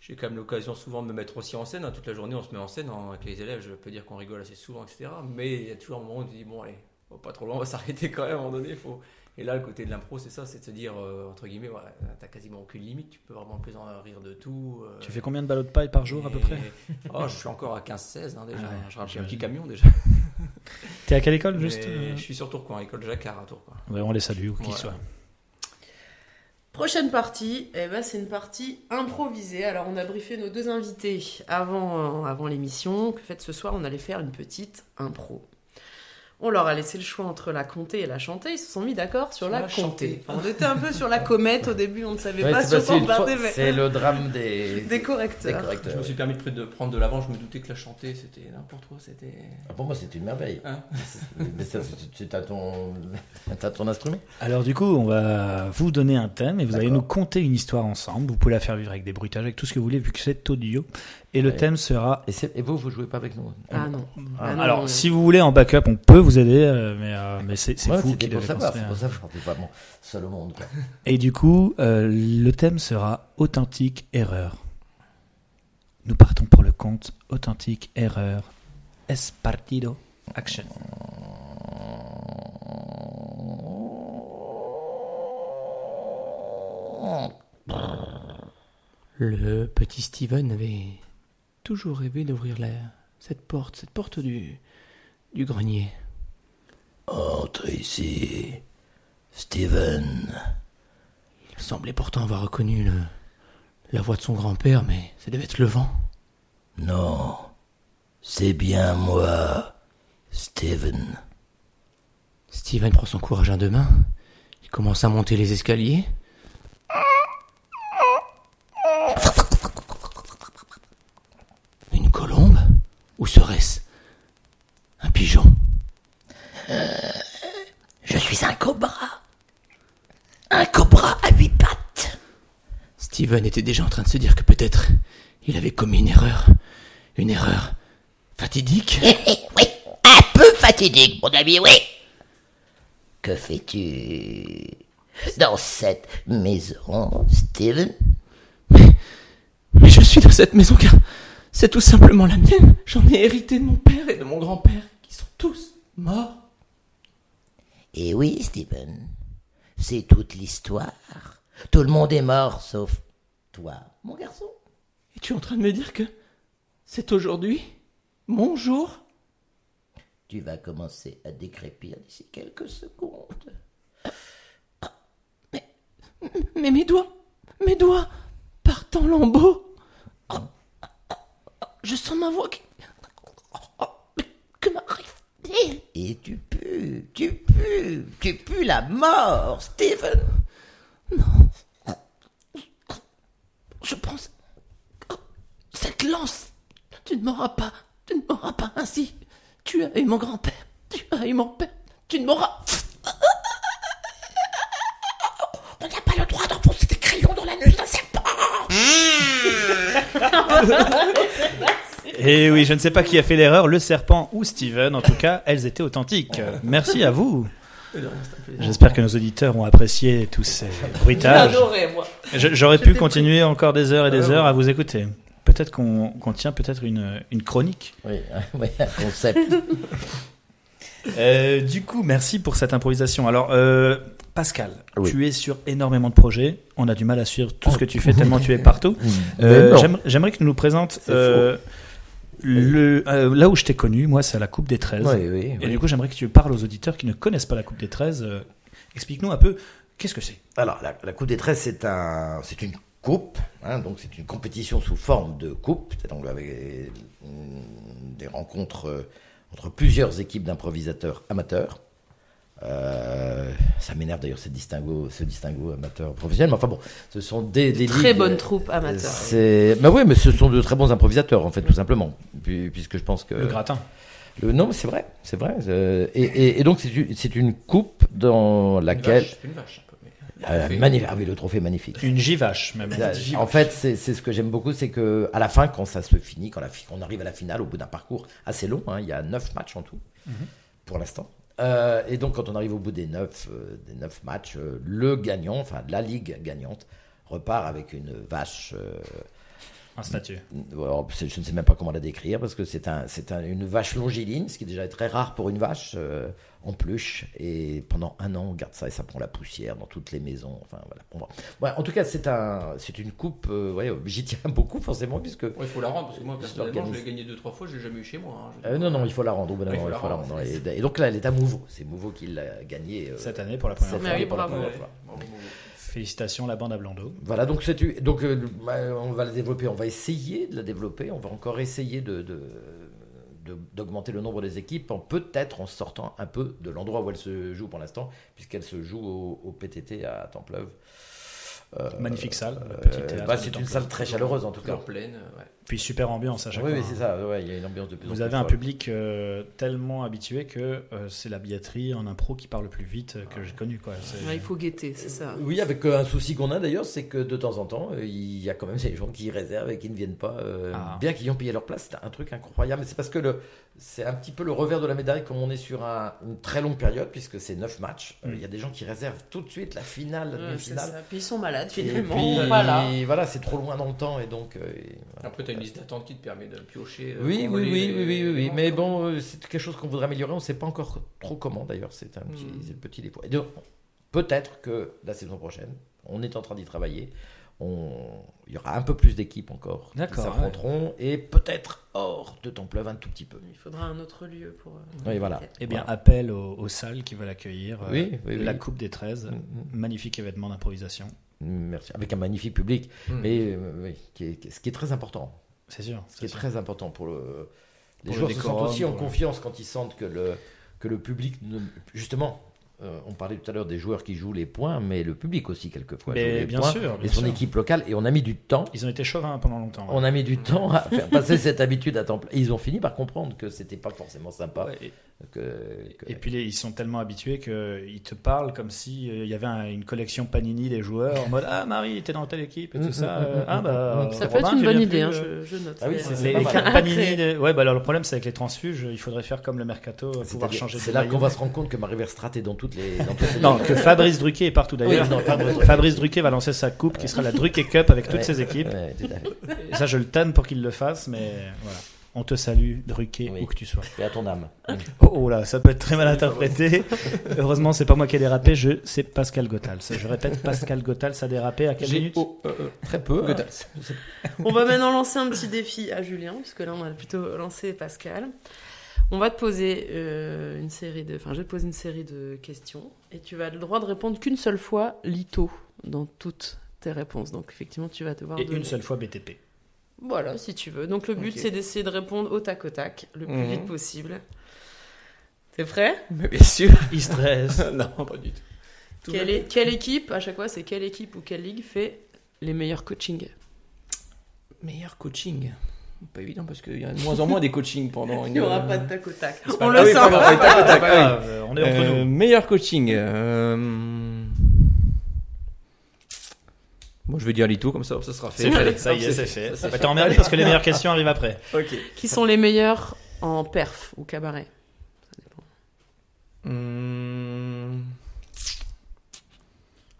Speaker 4: j'ai quand même l'occasion souvent de me mettre aussi en scène. hein. Toute la journée, on se met en scène hein, avec les élèves. Je peux dire qu'on rigole assez souvent, etc. Mais il y a toujours un moment où tu dis bon, allez, on va pas trop loin, on va (laughs) s'arrêter quand même à un moment donné. Faut... Et là, le côté de l'impro, c'est ça, c'est de se dire euh, entre guillemets, ouais, t'as quasiment aucune limite. Tu peux vraiment plaisanter, rire de tout. euh,
Speaker 2: Tu fais combien de ballots de paille par jour à peu
Speaker 4: et-
Speaker 2: près
Speaker 4: Oh, je suis encore à 15-16 hein, déjà.
Speaker 2: Ah ouais,
Speaker 4: je remplis
Speaker 2: j'imagine.
Speaker 4: un petit camion déjà.
Speaker 2: T'es à quelle école (laughs) juste
Speaker 4: Mais
Speaker 2: euh
Speaker 4: Je suis sur Tourcoing, école Jacquard à Tourcoing.
Speaker 2: Ouais, on les salue, ou qui
Speaker 4: Ouais.
Speaker 2: soit.
Speaker 1: Prochaine partie, eh ben, c'est une partie improvisée. Alors, on a briefé nos deux invités avant, euh, avant l'émission que fait ce soir, on allait faire une petite impro. On leur a laissé le choix entre la compter et la chanter. Ils se sont mis d'accord sur
Speaker 4: Sur
Speaker 1: la,
Speaker 4: la
Speaker 1: compter.
Speaker 4: chanter.
Speaker 1: On était un peu sur la comète au début, on ne savait
Speaker 3: ouais,
Speaker 1: pas
Speaker 3: c'est
Speaker 1: sur
Speaker 3: passé
Speaker 1: quoi on
Speaker 3: une fois-
Speaker 1: partait, mais-
Speaker 3: c'est le drame
Speaker 1: (laughs)
Speaker 3: des,
Speaker 1: des
Speaker 3: des
Speaker 1: correcteurs.
Speaker 4: Je me
Speaker 3: correcteurs.
Speaker 4: suis permis de, près de prendre de l'avant, je me doutais que la chanter c'était n'importe quoi, c'était.
Speaker 3: Ah, pour moi, c'était une merveille.
Speaker 4: Hein
Speaker 3: (laughs) Mais ça, c'est- c'est à ton, (laughs) à ton instrument.
Speaker 2: Alors du coup, on va vous donner un thème et vous allez
Speaker 3: D'accord.
Speaker 2: nous conter une histoire ensemble. Vous pouvez la faire vivre avec des bruitages, avec tout ce que vous voulez, vu que c'est audio. Et le
Speaker 3: Ouais.
Speaker 2: thème sera...
Speaker 3: Et, c'est- et vous, vous jouez pas avec nous.
Speaker 1: Ah non. Ah non,
Speaker 2: Alors,
Speaker 1: non,
Speaker 2: si vous voulez en backup, on peut vous aider, euh, mais, euh, mais c'est c'est
Speaker 3: Ouais,
Speaker 2: vous
Speaker 3: c'était
Speaker 2: qui
Speaker 3: pour
Speaker 2: devez
Speaker 3: savoir,
Speaker 2: construire.
Speaker 3: C'est pour savoir, t'es pas bon, seul au monde. quoi.
Speaker 2: Et du coup, euh, le thème sera authentique erreur. Nous partons pour le compte authentique erreur. Es partido action.
Speaker 5: Le petit Steven avait toujours rêvé d'ouvrir la, cette porte, cette porte du, du grenier.
Speaker 3: Entre ici, Steven.
Speaker 5: Il semblait pourtant avoir reconnu le, la voix de son grand-père, mais ça devait être le vent.
Speaker 3: Non, c'est bien moi, Steven.
Speaker 5: Steven prend son courage à deux mains. Il commence à monter les escaliers. Une colombe Ou serait-ce un pigeon
Speaker 6: Je suis un cobra. Un cobra à huit pattes.
Speaker 5: Steven était déjà en train de se dire que peut-être il avait commis une erreur. Une erreur fatidique.
Speaker 6: Eh, eh, (laughs) oui, un peu fatidique, mon ami, oui. Que fais-tu dans cette maison, Steven
Speaker 5: Mais je suis dans cette maison car c'est tout simplement la mienne. J'en ai hérité de mon père et de mon grand-père qui sont tous morts.
Speaker 6: Eh oui, Steven. C'est toute l'histoire. Tout le monde est mort, sauf toi, mon garçon.
Speaker 5: Et tu es en train de me dire que c'est aujourd'hui mon jour
Speaker 6: Tu vas commencer à décrépir d'ici quelques secondes.
Speaker 5: Mais mes doigts, mes doigts partent en lambeaux. Oh, oh, oh, Je sens ma voix qui. oh, oh, mais Que m'arrive-t-il
Speaker 6: Et tu pues, tu pues, tu pues la mort, Steven.
Speaker 5: Je pense. Oh, Cette lance Tu ne m'auras pas. Tu ne m'auras pas ainsi. Tu as eu mon grand-père. Tu as eu mon père. Tu ne m'auras. (laughs)
Speaker 6: On n'a pas le droit d'enfoncer des crayons dans l'anus d'un serpent.
Speaker 2: Et Eh oui, je ne sais pas qui a fait l'erreur, le serpent ou Steven. En tout cas, elles étaient authentiques. Merci à vous. J'espère que nos auditeurs ont apprécié tous ces bruitages.
Speaker 1: J'adorais, moi.
Speaker 2: Je- J'aurais pu continuer encore des heures et des heures à vous écouter. Peut-être qu'on qu'on tient peut-être une, une chronique.
Speaker 3: Oui, (laughs) oui, un concept.
Speaker 2: Euh, du coup, merci pour cette improvisation. Alors, euh, Pascal,
Speaker 3: Oui.
Speaker 2: tu es sur énormément de projets. On a du mal à suivre tout ce que tu fais tellement tu es partout.
Speaker 3: Mais
Speaker 2: Euh,
Speaker 3: non.
Speaker 2: j'aimerais- J'aimerais que tu nous présentes euh, le, euh, là où je t'ai connu. Moi, c'est à la Coupe des 13.
Speaker 3: (laughs) Oui, oui,
Speaker 2: Et
Speaker 3: oui.
Speaker 2: du coup, j'aimerais que tu parles aux auditeurs qui ne connaissent pas la Coupe des 13. euh, Explique-nous un peu qu'est-ce que c'est.
Speaker 3: Alors, la, la Coupe des 13, c'est un, c'est une coupe, hein, donc c'est une compétition sous forme de coupe, c'est donc avec euh, des rencontres euh, entre plusieurs équipes d'improvisateurs amateurs. Euh, ça m'énerve d'ailleurs ce distinguo, ce distinguo amateur professionnel, mais enfin bon, ce sont des, des
Speaker 1: Très
Speaker 3: ligues,
Speaker 1: bonne
Speaker 3: euh,
Speaker 1: troupe amateur.
Speaker 3: C'est, bah oui, mais ce sont de très bons improvisateurs en fait, tout simplement, Puis- puisque je pense que
Speaker 2: Le gratin.
Speaker 3: le- non, mais c'est vrai, c'est vrai. euh, et, et- et donc c'est une- c'est une coupe dans laquelle
Speaker 4: C'est une vache, un peu, mais-
Speaker 3: euh, magnifique. Ah oui, le trophée est magnifique.
Speaker 2: Une givache, même.
Speaker 3: Ça, Bah, En fait, c'est c'est ce que j'aime beaucoup, c'est que à la fin, quand ça se finit, quand, la fi- on arrive à la finale, au bout d'un parcours assez long, hein, il y a neuf matchs en tout, pour l'instant. Euh, et donc, quand on arrive au bout des neuf, euh, des neuf matchs, euh, le gagnant, enfin la ligue gagnante, repart avec une vache. euh,
Speaker 2: Un statut.
Speaker 3: alors, c'est- je ne sais même pas comment la décrire parce que c'est un, c'est un- une vache longiligne, ce qui déjà est très rare pour une vache euh, en peluche. Et pendant un an, on garde ça et ça prend la poussière dans toutes les maisons. Enfin voilà. On va- Ouais, en tout cas, c'est un, c'est une coupe. euh, ouais, (laughs) j'y tiens beaucoup forcément puisque
Speaker 4: Ouais, il faut la rendre parce que moi, personnellement, je
Speaker 3: l'organise.
Speaker 4: l'ai gagné deux, trois fois, je l'ai jamais eu chez moi. hein, je-
Speaker 3: Euh, non non, il faut la rendre. au bout d'un
Speaker 4: Ouais, il
Speaker 3: moment,
Speaker 4: faut
Speaker 3: il faut la rendre.
Speaker 4: c'est-
Speaker 3: Et, et donc là, elle est à Mouveau. C'est Mouveau qui l'a gagné euh,
Speaker 2: Cette année, pour la
Speaker 3: cette
Speaker 2: première fois.
Speaker 1: Mais oui,
Speaker 3: année pour la
Speaker 1: bravo.
Speaker 3: première fois.
Speaker 4: Ah Bravo, bravo.
Speaker 2: Félicitations, la bande à Blando.
Speaker 3: Voilà, donc, c'est une- donc euh, bah, on va la développer, on va essayer de la développer, on va encore essayer de, de- de- d'augmenter le nombre des équipes, en peut-être en sortant un peu de l'endroit où elle se joue pour l'instant, puisqu'elle se joue au, au PTT à Templeuve. Euh,
Speaker 2: Magnifique salle. le
Speaker 3: euh,
Speaker 2: petit théâtre
Speaker 3: bah,
Speaker 2: de
Speaker 3: c'est une
Speaker 2: Temple.
Speaker 3: salle très chaleureuse en tout cas.
Speaker 4: Fleur pleine, euh, ouais.
Speaker 2: Puis super ambiance à chaque
Speaker 3: Oui,
Speaker 2: fois. hein.
Speaker 3: oui, c'est ça, ouais, il y a une ambiance de plus en
Speaker 2: Vous
Speaker 3: plus
Speaker 2: avez un
Speaker 3: folle.
Speaker 2: public euh, tellement habitué que euh, c'est la billetterie en impro qui parle le plus vite euh,
Speaker 3: Ah
Speaker 2: que j'ai connu. Quoi. C'est-
Speaker 1: Ouais, il faut guetter, c'est ça.
Speaker 3: Oui, avec euh, un souci qu'on a d'ailleurs, c'est que de temps en temps, euh, il y a quand même des gens qui réservent et qui ne viennent pas, euh,
Speaker 2: Ah.
Speaker 3: bien qu'ils ont payé leur place. C'est un truc incroyable. Mais C'est parce que le, c'est un petit peu le revers de la médaille, comme on est sur un- une très longue période, puisque c'est 9 matchs. euh, Il y a des gens qui réservent tout de suite la finale, la
Speaker 1: Mm. Ouais, c'est
Speaker 3: demi-finale.
Speaker 1: ça. Puis ils sont malades,
Speaker 3: Et
Speaker 1: finalement.
Speaker 3: puis, euh,
Speaker 1: Voilà.
Speaker 3: voilà, c'est trop loin dans le temps et donc. euh, et voilà.
Speaker 4: Après, t'as une liste d'attente qui te permet de piocher. euh,
Speaker 3: Oui,
Speaker 4: prendre
Speaker 3: oui,
Speaker 4: les-
Speaker 3: oui, oui, oui, oui, oui.
Speaker 4: les-
Speaker 3: Mais bon, euh, c'est quelque chose qu'on voudrait améliorer. On ne sait pas encore trop comment, d'ailleurs. C'est un
Speaker 2: Hmm.
Speaker 3: petit,
Speaker 4: Mm.
Speaker 3: c'est le petit défaut. Et donc, peut-être que la saison prochaine, on est en train d'y travailler. On... Il y aura un peu plus d'équipes encore qui
Speaker 2: D'accord,
Speaker 3: s'affronteront et peut-être hors de Templeuve un tout petit peu.
Speaker 1: Il faudra un autre lieu pour. euh,
Speaker 3: Oui, voilà.
Speaker 2: Eh bien,
Speaker 3: Voilà.
Speaker 2: appel aux, aux salles qui veulent accueillir euh,
Speaker 3: Oui, oui, oui.
Speaker 2: la Coupe des 13.
Speaker 3: Mhm.
Speaker 2: Magnifique événement d'improvisation.
Speaker 3: Merci. Avec un magnifique public,
Speaker 4: Mm.
Speaker 2: Hmm.
Speaker 3: mais euh, oui, qui est- qui est- ce qui est très important.
Speaker 2: C'est sûr.
Speaker 3: Ce qui est
Speaker 2: c'est sûr.
Speaker 3: très important pour le. Les
Speaker 2: Pour le
Speaker 3: joueurs se
Speaker 2: décorum,
Speaker 3: sentent aussi en
Speaker 2: pour le-
Speaker 3: confiance quand ils sentent que le, que le public. ne- Justement, euh, on parlait tout à l'heure des joueurs qui jouent les points, mais le public aussi, quelquefois,
Speaker 2: Mais
Speaker 3: joue les
Speaker 2: bien
Speaker 3: points.
Speaker 2: sûr,
Speaker 3: et
Speaker 2: bien
Speaker 3: son
Speaker 2: sûr.
Speaker 3: équipe locale, et on a mis du temps.
Speaker 2: Ils ont été chauvins hein, pendant longtemps. ouais.
Speaker 3: On a mis du (laughs) temps à faire passer cette habitude à temps plein. Et ils ont fini par comprendre que c'était pas forcément sympa.
Speaker 2: Ouais, et-
Speaker 3: Que, que-
Speaker 2: Et puis les- ils sont tellement habitués qu'ils te parlent comme s'il y avait un- une collection Panini des joueurs en mode Ah Marie, t'es dans telle équipe et tout
Speaker 3: Mm,
Speaker 2: ça.
Speaker 3: mm,
Speaker 2: euh,
Speaker 3: mm,
Speaker 2: Ah
Speaker 3: mm,
Speaker 2: bah.
Speaker 3: mm.
Speaker 1: Ça peut
Speaker 2: Robin,
Speaker 1: être une
Speaker 2: tu
Speaker 1: bonne
Speaker 2: viens
Speaker 1: idée,
Speaker 2: plus,
Speaker 1: hein,
Speaker 2: euh,
Speaker 1: je, je note.
Speaker 3: Ah oui,
Speaker 1: Mais,
Speaker 3: c'est-
Speaker 1: euh,
Speaker 3: c'est
Speaker 2: Les,
Speaker 3: pas
Speaker 2: les
Speaker 3: mal.
Speaker 2: cartes
Speaker 1: Après.
Speaker 2: Panini. des- Ouais, bah alors le problème c'est avec les transfuges, il faudrait faire comme le mercato,
Speaker 3: C'est-à-dire,
Speaker 2: pouvoir changer de
Speaker 3: C'est là
Speaker 2: maillot.
Speaker 3: qu'on va se rendre compte que Marie Verstrat est dans toutes les. dans toutes les-
Speaker 2: Non,
Speaker 3: (laughs)
Speaker 2: que Fabrice Druquet est partout d'ailleurs.
Speaker 3: Oui, non, Fabrice
Speaker 2: Fabrice,
Speaker 3: Druquet.
Speaker 2: Druquet va lancer sa coupe qui sera la Druquet Cup avec toutes
Speaker 3: Ouais.
Speaker 2: ses équipes.
Speaker 3: Ouais, tout à fait.
Speaker 2: Et ça, je le tanne pour qu'il le fasse, mais voilà. On te salue, Druquet,
Speaker 3: Oui.
Speaker 2: où que tu sois.
Speaker 3: Et à ton âme.
Speaker 2: Oh, oh là, ça peut être très mal interprété. Heureusement, c'est pas moi qui ai dérapé, je, c'est Pascal Gottal. Je répète, Pascal Gottal, ça a dérapé à quelle minute
Speaker 4: Oh,
Speaker 3: Très peu. hein.
Speaker 1: On va maintenant lancer un petit défi à Julien, puisque là on a plutôt lancé Pascal. On va te poser euh, une série de, enfin je vais te poser une série de questions et tu as le droit de répondre qu'une seule fois Lito. dans toutes tes réponses. Donc effectivement, tu vas devoir.
Speaker 2: Et
Speaker 1: donner.
Speaker 2: une seule fois BTP.
Speaker 1: Voilà, si tu veux. Donc le but,
Speaker 4: Ok.
Speaker 1: c'est d'essayer de répondre au tac au tac, le plus
Speaker 4: Mhm.
Speaker 1: vite possible. T'es prêt
Speaker 4: (laughs) Mais bien sûr.
Speaker 2: Il stresse.
Speaker 4: (laughs) non, pas du tout. Tout
Speaker 1: quelle,
Speaker 4: va
Speaker 1: est- quelle équipe, à chaque fois, c'est quelle équipe ou quelle ligue fait les meilleurs coachings
Speaker 4: Meilleur coaching. Pas évident parce qu'il y a de moins en moins des coachings pendant une.
Speaker 1: (laughs) Il n'y aura pas de tac au tac.
Speaker 4: C'est pas
Speaker 1: On
Speaker 4: grave. Ah
Speaker 1: le
Speaker 4: Oui,
Speaker 1: sent.
Speaker 4: pardon, oui, tac,
Speaker 2: Ah,
Speaker 4: tac, tac, oui.
Speaker 2: euh, on est entre
Speaker 4: (laughs) Euh,
Speaker 2: nous.
Speaker 4: Meilleur coaching. euh, Moi, je vais dire Lito comme ça, ça sera fait.
Speaker 2: C'est
Speaker 4: (laughs)
Speaker 2: fait, ça y est, c'est fait. Bah, T'es emmerdé parce que les meilleures questions arrivent après.
Speaker 4: Ok.
Speaker 1: Qui sont les meilleurs en perf ou cabaret Ça dépend.
Speaker 4: Hum.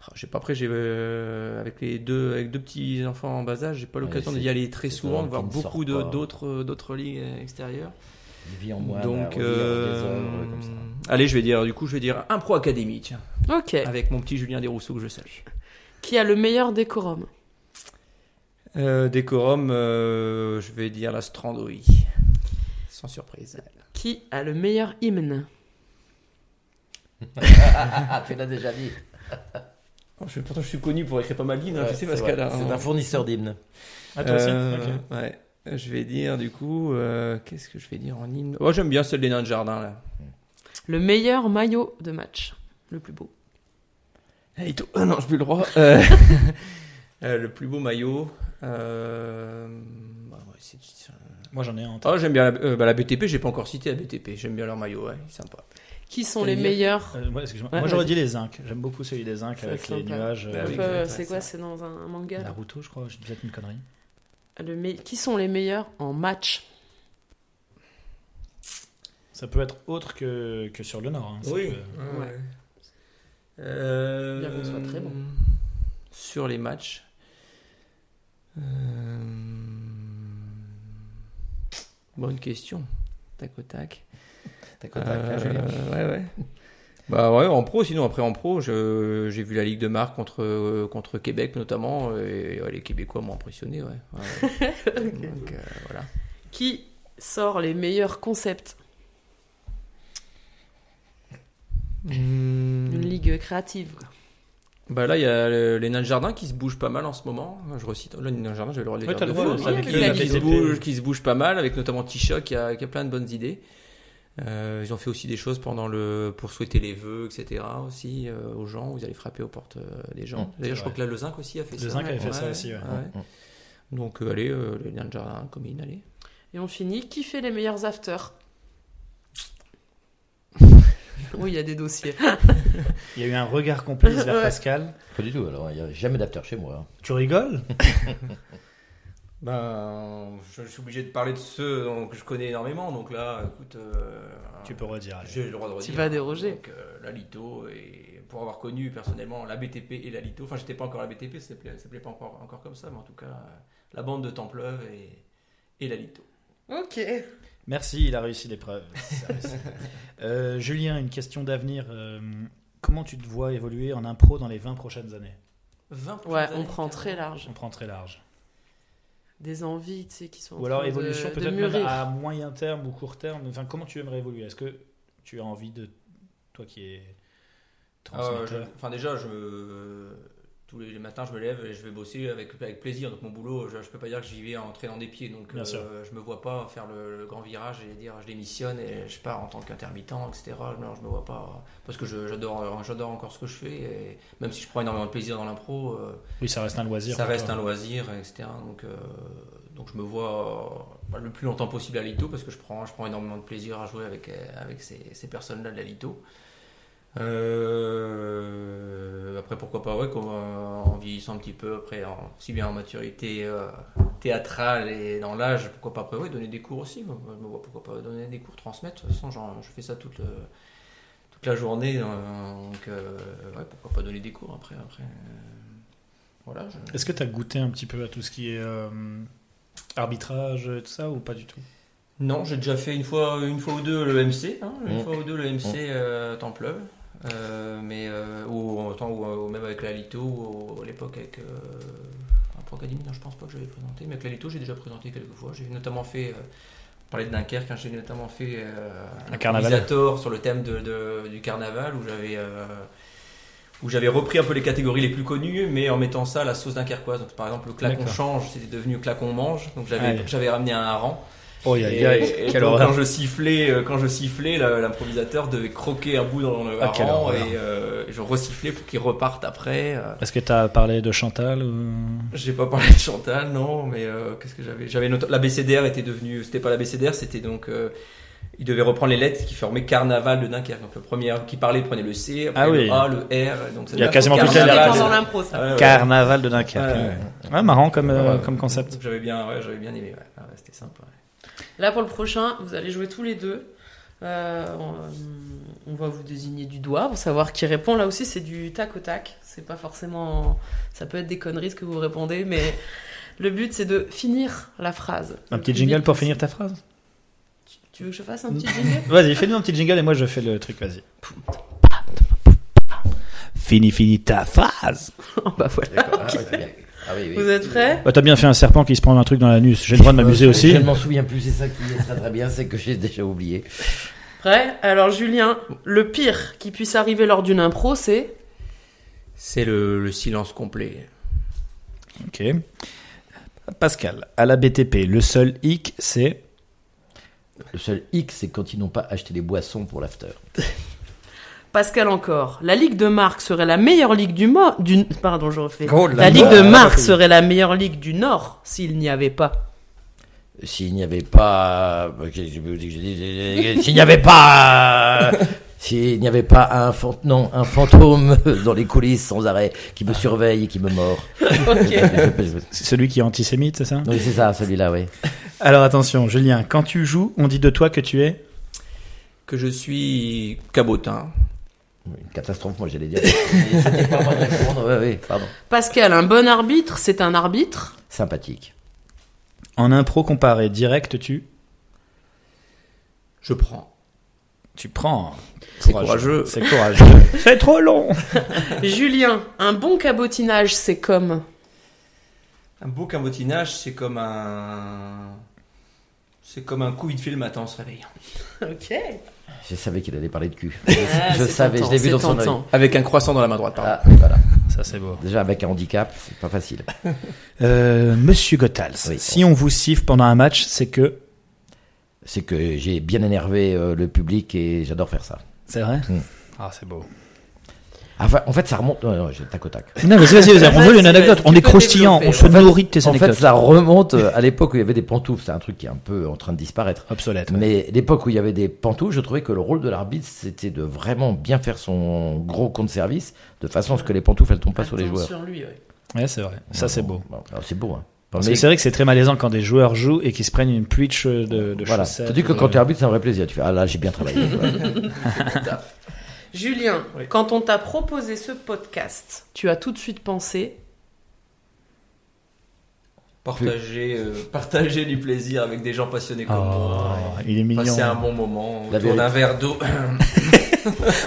Speaker 4: Ah, J'ai pas après, j'ai euh, avec les deux, avec deux petits enfants en bas âge, j'ai pas
Speaker 3: Ouais,
Speaker 4: l'occasion
Speaker 3: c'est-
Speaker 4: d'y aller très
Speaker 3: c'est
Speaker 4: souvent,
Speaker 3: un
Speaker 4: de voir
Speaker 3: qui ne sort
Speaker 4: beaucoup de-
Speaker 3: pas.
Speaker 4: d'autres euh, d'autres ligues euh, extérieures.
Speaker 3: Il vit en moi. à
Speaker 4: Donc,
Speaker 3: relire
Speaker 4: euh,
Speaker 3: des œuvres comme ça.
Speaker 4: allez, je vais dire, du coup, je vais dire un pro académie, tiens,
Speaker 1: Ok.
Speaker 2: Ah.
Speaker 4: avec mon petit Julien Desrousseaux que je salue.
Speaker 1: Qui a le meilleur décorum
Speaker 4: Euh, décorum, euh, je vais dire la Strandoï, sans surprise.
Speaker 1: Qui a le meilleur hymne
Speaker 3: Ah, ah, tu l'as déjà dit.
Speaker 4: Oh, je, pourtant, je suis connu pour écrire pas mal d'hymnes, hein,
Speaker 3: Ouais,
Speaker 4: tu sais,
Speaker 3: c'est
Speaker 4: Pascal.
Speaker 3: vrai.
Speaker 4: hein.
Speaker 3: C'est un fournisseur d'hymnes.
Speaker 2: Ah, toi aussi
Speaker 4: Euh,
Speaker 2: Ok.
Speaker 4: ouais. Je vais dire du coup, euh, qu'est-ce que je vais dire en hymne Oh, j'aime bien celle des nains de jardin là.
Speaker 1: Le meilleur maillot de match Le plus beau.
Speaker 4: Allez, tout. Ah non, j'ai plus le droit. Euh, (laughs) euh, le plus beau maillot. euh, bah, ouais, c'est- c'est-
Speaker 2: Moi j'en ai un en tête.
Speaker 4: Oh, j'aime bien la, euh, bah, la BTP, j'ai pas encore cité la BTP. J'aime bien leur maillot, ouais, il est sympa.
Speaker 1: Qui sont
Speaker 4: T'as
Speaker 1: les
Speaker 4: dit-
Speaker 1: meilleurs
Speaker 2: Euh, ouais, excuse-moi.
Speaker 1: Oh, Ouais,
Speaker 2: Moi j'aurais
Speaker 1: vas-y.
Speaker 2: dit les zincs. J'aime beaucoup celui des zincs
Speaker 1: Ça
Speaker 2: Euh, avec
Speaker 1: sent
Speaker 2: les
Speaker 1: pas.
Speaker 2: nuages. euh,
Speaker 4: Bah
Speaker 1: Un
Speaker 4: oui,
Speaker 1: peu,
Speaker 4: ouais,
Speaker 1: C'est
Speaker 4: ouais,
Speaker 1: quoi
Speaker 4: ça.
Speaker 1: C'est dans un, un manga là.
Speaker 2: Naruto, je crois. Je dis peut-être une connerie.
Speaker 1: Le me- Qui sont les meilleurs en match
Speaker 2: Ça peut être autre que, que sur le Nord. hein. Ça peut-
Speaker 1: Ouais.
Speaker 4: Euh,
Speaker 1: Bien qu'on soit très bon.
Speaker 4: Sur les matchs. Euh, Bonne question. Tac au tac.
Speaker 3: Tac au tac, hein, Julien.
Speaker 4: Euh, ouais, (laughs) ouais. Bah ouais, en pro, sinon après en pro, je- j'ai vu la Ligue de Marc contre, euh, contre Québec notamment, et ouais, les Québécois m'ont impressionné, ouais.
Speaker 1: (laughs)
Speaker 4: ouais, ouais. Donc, euh, voilà.
Speaker 1: Qui sort les meilleurs concepts
Speaker 3: Hmm.
Speaker 1: Une
Speaker 2: Hmm.
Speaker 1: ligue créative. quoi.
Speaker 4: Bah là, il y a le- les nains de jardin qui se bougent pas mal en ce moment. Je recite, là, les nains de jardin, je vais leur les
Speaker 2: Ouais,
Speaker 4: dire
Speaker 2: t'as
Speaker 4: deux
Speaker 2: le droit,
Speaker 4: fois.
Speaker 1: avec
Speaker 4: Qui-
Speaker 1: eux, la
Speaker 4: qui, se
Speaker 2: BTP.
Speaker 4: bougent, qui se bougent pas mal, avec notamment Tisha qui a, qui a plein de bonnes idées. Euh, ils ont fait aussi des choses pendant le pour souhaiter les vœux, etc. aussi euh, aux gens, où ils allaient frapper aux portes euh, des
Speaker 3: Mmh,
Speaker 4: gens. D'ailleurs,
Speaker 2: Hum, c'est
Speaker 4: je crois
Speaker 2: vrai. Hum,
Speaker 4: que là, le Zinc aussi a fait
Speaker 2: Le
Speaker 4: ça.
Speaker 2: Zinc avait fait ça aussi, ouais.
Speaker 4: Donc, euh, allez, euh, les nains de jardin, commune, allez.
Speaker 1: Et on finit. Qui fait les
Speaker 2: (laughs)
Speaker 1: meilleurs afters Oui, il y a des dossiers.
Speaker 2: Il y a eu un regard complice vers
Speaker 1: (laughs) Ouais.
Speaker 2: Pascal.
Speaker 3: Pas du tout, alors il n'y a jamais d'after chez moi.
Speaker 2: Tu rigoles
Speaker 4: Ben, je, je suis obligé de parler de ceux dont- que je connais énormément, donc là, écoute, euh,
Speaker 2: Tu peux redire. allez.
Speaker 4: j'ai le droit de redire.
Speaker 1: Tu vas déroger.
Speaker 4: Donc, euh, la Lito, et pour avoir connu personnellement la BTP et la Lito, enfin, j'étais pas encore à la BTP, ça s'appelait ça s'appelait pas encore, encore comme ça, mais en tout cas, euh, la bande de Templeuve et, et la Lito.
Speaker 1: ok.
Speaker 2: Merci, il a réussi l'épreuve. (laughs) C'est réussi. Euh, Julien, une question d'avenir. euh, comment tu te vois évoluer en impro dans les 20 prochaines années
Speaker 4: 20
Speaker 1: Ouais,
Speaker 4: prochaines
Speaker 1: on
Speaker 4: années,
Speaker 1: prend très
Speaker 4: carrément.
Speaker 1: large.
Speaker 2: On prend très large.
Speaker 1: Des envies, tu sais, qui sont. en
Speaker 2: Ou alors
Speaker 1: train de-
Speaker 2: évolution
Speaker 1: de
Speaker 2: peut-être même
Speaker 1: mûrir.
Speaker 2: à moyen terme ou court terme. Enfin, comment tu aimerais évoluer Est-ce que tu as envie de toi qui es
Speaker 4: Ah ouais, je-
Speaker 2: transmetteur
Speaker 4: Enfin, déjà, je me- tous les matins, je me lève et je vais bosser avec, avec plaisir. Donc, mon boulot, je, je peux pas dire que j'y vais en traînant des pieds. Donc, euh,
Speaker 2: Bien sûr.
Speaker 4: je me vois pas faire le, le grand virage et dire je démissionne et je pars en tant qu'intermittent, etc. Non, je me vois pas. Parce que je- j'adore j'adore encore ce que je fais. Et même si je prends énormément de plaisir dans l'impro, euh,
Speaker 2: Oui, ça reste un loisir.
Speaker 4: ça
Speaker 2: pour
Speaker 4: reste
Speaker 2: toi.
Speaker 4: un loisir, etc. Donc, euh, donc je me vois euh, bah, le plus longtemps possible à Lito parce que je prends, je prends énormément de plaisir à jouer avec, euh, avec ces, ces personnes-là de la Lito. Euh, après, pourquoi pas, ouais, qu'on, euh, en vieillissant un petit peu, après, en- si bien en maturité euh, théâtrale et dans l'âge, pourquoi pas après, ouais, donner des cours aussi. Moi, je me vois pourquoi pas donner des cours, transmettre. De toute façon, genre, je fais ça toute, le- toute la journée. euh, donc, euh, ouais, pourquoi pas donner des cours après. après euh, voilà, je-
Speaker 2: Est-ce que tu as goûté un petit peu à tout ce qui est euh, arbitrage et tout ça ou pas du tout
Speaker 4: Non, j'ai déjà fait une fois, une fois ou deux le MC, hein, une
Speaker 3: Mm.
Speaker 4: fois ou deux le MC euh, temps pleuve, euh, mais euh, ou, autant, ou, euh, même avec la Lito, ou, à l'époque avec euh, un pro académie, non, hein, je pense pas que j'avais présenté, mais avec la Lito j'ai déjà présenté quelques fois. J'ai notamment fait, euh, on parlait de Dunkerque, hein, j'ai notamment fait euh,
Speaker 2: Un carnaval.
Speaker 4: improvisateur sur le thème de, de- du carnaval où j'avais euh, où j'avais repris un peu les catégories les plus connues, mais en mettant ça à la sauce dunkerquoise. Donc, par exemple, le clacon
Speaker 2: D'accord.
Speaker 4: change, c'était devenu clacon mange. Donc, j'avais,
Speaker 2: Aïe.
Speaker 4: j'avais ramené un hareng.
Speaker 2: Oh,
Speaker 4: Et,
Speaker 2: y'a, y'a,
Speaker 4: et
Speaker 2: quelle
Speaker 4: donc,
Speaker 2: horreur.
Speaker 4: quand je sifflais, euh, quand je sifflais, la- l'improvisateur devait croquer un bout dans le
Speaker 2: Ah, quelle
Speaker 4: hareng
Speaker 2: horreur.
Speaker 4: et euh, je resifflais pour qu'il reparte après. euh.
Speaker 2: Est-ce que t'as parlé de Chantal ou...
Speaker 4: J'ai pas parlé de Chantal, non, mais euh, qu'est-ce que j'avais J'avais noté- la BCDR était devenue, c'était pas la BCDR, c'était donc euh, il devait reprendre les lettres qui formaient Carnaval de Dunkerque. Donc le premier qui parlait prenait le C, après
Speaker 2: Ah
Speaker 4: le
Speaker 2: oui.
Speaker 4: A, le R. Donc ça
Speaker 2: Il y a
Speaker 4: devient
Speaker 2: quasiment
Speaker 1: Car
Speaker 2: plus de
Speaker 1: on est
Speaker 2: Carnaval.
Speaker 1: encore dans
Speaker 4: Ouais,
Speaker 1: l'impro, ça.
Speaker 4: ouais, ouais.
Speaker 2: Euh, Carnaval de Dunkerque.
Speaker 4: Ouais,
Speaker 2: Ouais, marrant comme, euh,
Speaker 3: Ouais.
Speaker 2: comme concept.
Speaker 4: Donc J'avais bien, ouais, j'avais bien aimé. Ouais. Ah ouais, c'était sympa. ouais.
Speaker 1: Là, pour le prochain, vous allez jouer tous les deux. Euh, on, on va vous désigner du doigt pour savoir qui répond. Là aussi, c'est du tac au tac. C'est pas forcément. Ça peut être des conneries ce que vous répondez, mais le but, c'est de finir la phrase.
Speaker 2: Un
Speaker 1: Le
Speaker 2: petit
Speaker 1: plus
Speaker 2: jingle
Speaker 1: vite
Speaker 2: pour
Speaker 1: possible.
Speaker 2: finir ta phrase
Speaker 1: Tu, tu veux que je fasse un petit
Speaker 2: (laughs)
Speaker 1: jingle
Speaker 2: Vas-y, fais-nous un petit jingle et moi je fais le truc, vas-y. Fini, fini ta phrase
Speaker 1: Bah voilà.
Speaker 3: D'accord. Ah, ouais, c'est bien. Ah oui, oui.
Speaker 1: Vous êtes prêts
Speaker 2: bah, T'as bien fait un serpent qui se prend un truc dans l'anus, j'ai le droit de m'amuser
Speaker 3: Euh,
Speaker 2: aussi.
Speaker 3: Je ne m'en souviens plus, c'est ça qui est très très bien, c'est que j'ai déjà oublié.
Speaker 1: Prêt Alors, Julien, le pire qui puisse arriver lors d'une impro, c'est.
Speaker 4: C'est le, le silence complet.
Speaker 2: Ok. Pascal, à la BTP, le seul hic c'est...
Speaker 3: Le seul hic, c'est quand ils n'ont pas acheté les boissons pour l'after.
Speaker 1: Pascal encore. La Ligue de Marc serait la meilleure ligue du monde. Du... Pardon, je refais.
Speaker 3: Oh là
Speaker 1: la Ligue
Speaker 3: là.
Speaker 1: de Marc serait la meilleure ligue du Nord s'il n'y avait pas.
Speaker 3: S'il n'y avait pas, s'il n'y avait pas, s'il n'y avait pas un fan- non, un fantôme dans les coulisses sans arrêt qui me surveille et qui me mord.
Speaker 1: Ok.
Speaker 2: C'est celui qui est antisémite, c'est ça
Speaker 3: Oui, c'est ça, celui-là, oui.
Speaker 2: Alors attention, Julien, quand tu joues, on dit de toi que tu es...
Speaker 4: Que je suis cabotin.
Speaker 3: Une catastrophe, moi j'allais dire. (laughs) Mais C'était pas à moi de répondre. Oui, oui, pardon.
Speaker 1: Pascal, un bon arbitre, c'est un (laughs) arbitre.
Speaker 3: Sympathique.
Speaker 2: En impro comparé, direct, tu...
Speaker 4: Je prends.
Speaker 2: Tu prends.
Speaker 4: C'est courageux.
Speaker 2: C'est courageux. (laughs) c'est trop long
Speaker 1: Julien, un bon cabotinage, c'est comme.
Speaker 4: Un beau cabotinage, c'est comme un, c'est comme un coup de fil le matin en se réveillant.
Speaker 1: Ok.
Speaker 3: Je savais qu'il allait parler de cul.
Speaker 1: Ah,
Speaker 3: je
Speaker 1: c'est
Speaker 3: savais, je l'ai vu
Speaker 1: tentant,
Speaker 3: dans
Speaker 1: c'est
Speaker 3: son œil.
Speaker 1: tentant.
Speaker 4: Avec un croissant dans la main droite. Pardon.
Speaker 3: Ah, voilà.
Speaker 2: Ça c'est beau.
Speaker 3: Déjà avec un handicap, c'est pas facile.
Speaker 2: Euh, Monsieur Gothals,
Speaker 3: Oui.
Speaker 2: si on vous siffle pendant un match, c'est que.
Speaker 3: C'est que j'ai bien énervé euh, le public et j'adore faire ça.
Speaker 2: C'est vrai
Speaker 3: Mm.
Speaker 2: Ah, c'est beau.
Speaker 3: Enfin, en fait, ça remonte. Non, non, j'ai tac au tac.
Speaker 2: Non, vas-y, vas-y, vas-y, on
Speaker 1: Vas-y,
Speaker 2: veut une
Speaker 1: vas-y,
Speaker 2: anecdote.
Speaker 1: tu
Speaker 2: On est
Speaker 1: peux
Speaker 2: croustillant, on
Speaker 1: développer.
Speaker 2: se nourrit de tes
Speaker 3: En fait,
Speaker 2: anecdotes.
Speaker 3: ça remonte euh, à l'époque où il y avait des pantoufles. C'est un truc qui est un peu en train de disparaître.
Speaker 2: Obsolète. ouais.
Speaker 3: Mais l'époque où il y avait des pantoufles, je trouvais que le rôle de l'arbitre, c'était de vraiment bien faire son gros compte service, de façon à ce que les pantoufles, elles tombent pas sur les joueurs.
Speaker 1: Sur lui, ouais.
Speaker 2: Ouais, c'est vrai. Ça, c'est beau.
Speaker 3: Bon, alors, c'est beau, hein.
Speaker 2: Parce
Speaker 3: Mais-
Speaker 2: que c'est vrai que c'est très malaisant quand des joueurs jouent et qu'ils se prennent une preach de, de
Speaker 3: voilà.
Speaker 2: chaussettes. euh,
Speaker 3: T'as dit que
Speaker 2: ou de-
Speaker 3: quand t'es arbitre, c'est un vrai plaisir. Tu fais, ah là, j'ai bien travaillé.
Speaker 2: (laughs)
Speaker 1: Julien,
Speaker 4: Oui.
Speaker 1: quand on t'a proposé ce podcast, tu as tout de suite pensé.
Speaker 4: Partager, euh, partager du plaisir avec des gens passionnés comme
Speaker 2: Oh,
Speaker 4: moi.
Speaker 2: il est mignon.
Speaker 4: Passer un bon moment
Speaker 3: Ah, La
Speaker 4: autour d'un
Speaker 3: vérité.
Speaker 4: verre d'eau.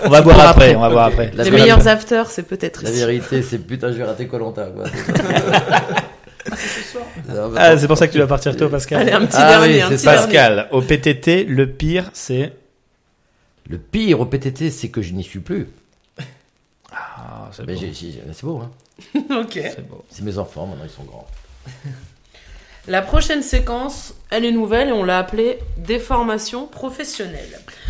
Speaker 2: On va boire
Speaker 3: Pour
Speaker 2: après,
Speaker 3: après.
Speaker 2: on va boire
Speaker 4: Ok.
Speaker 2: après.
Speaker 3: La
Speaker 1: les
Speaker 3: vérité-
Speaker 1: meilleurs afters, c'est peut-être
Speaker 3: La
Speaker 1: ici.
Speaker 3: vérité, c'est putain, j'ai raté Colanta. quoi. (laughs) Non, mais
Speaker 2: Ah,
Speaker 3: attends.
Speaker 2: c'est pour ça que tu vas partir tôt, Pascal.
Speaker 1: (laughs) Allez, un petit
Speaker 3: Ah
Speaker 1: dernier.
Speaker 3: oui,
Speaker 1: un
Speaker 3: c'est
Speaker 1: petit
Speaker 3: ça.
Speaker 1: dernier.
Speaker 2: Pascal, au PTT, le pire, c'est.
Speaker 3: Le pire au PTT, c'est que je n'y suis plus.
Speaker 2: Ah, c'est
Speaker 3: Mais
Speaker 2: beau.
Speaker 3: j'ai- j'ai- mais c'est beau, hein.
Speaker 1: (laughs) Ok.
Speaker 2: C'est beau.
Speaker 3: C'est mes enfants, maintenant ils sont grands.
Speaker 1: La prochaine séquence, elle est nouvelle et on l'a appelée déformation professionnelle.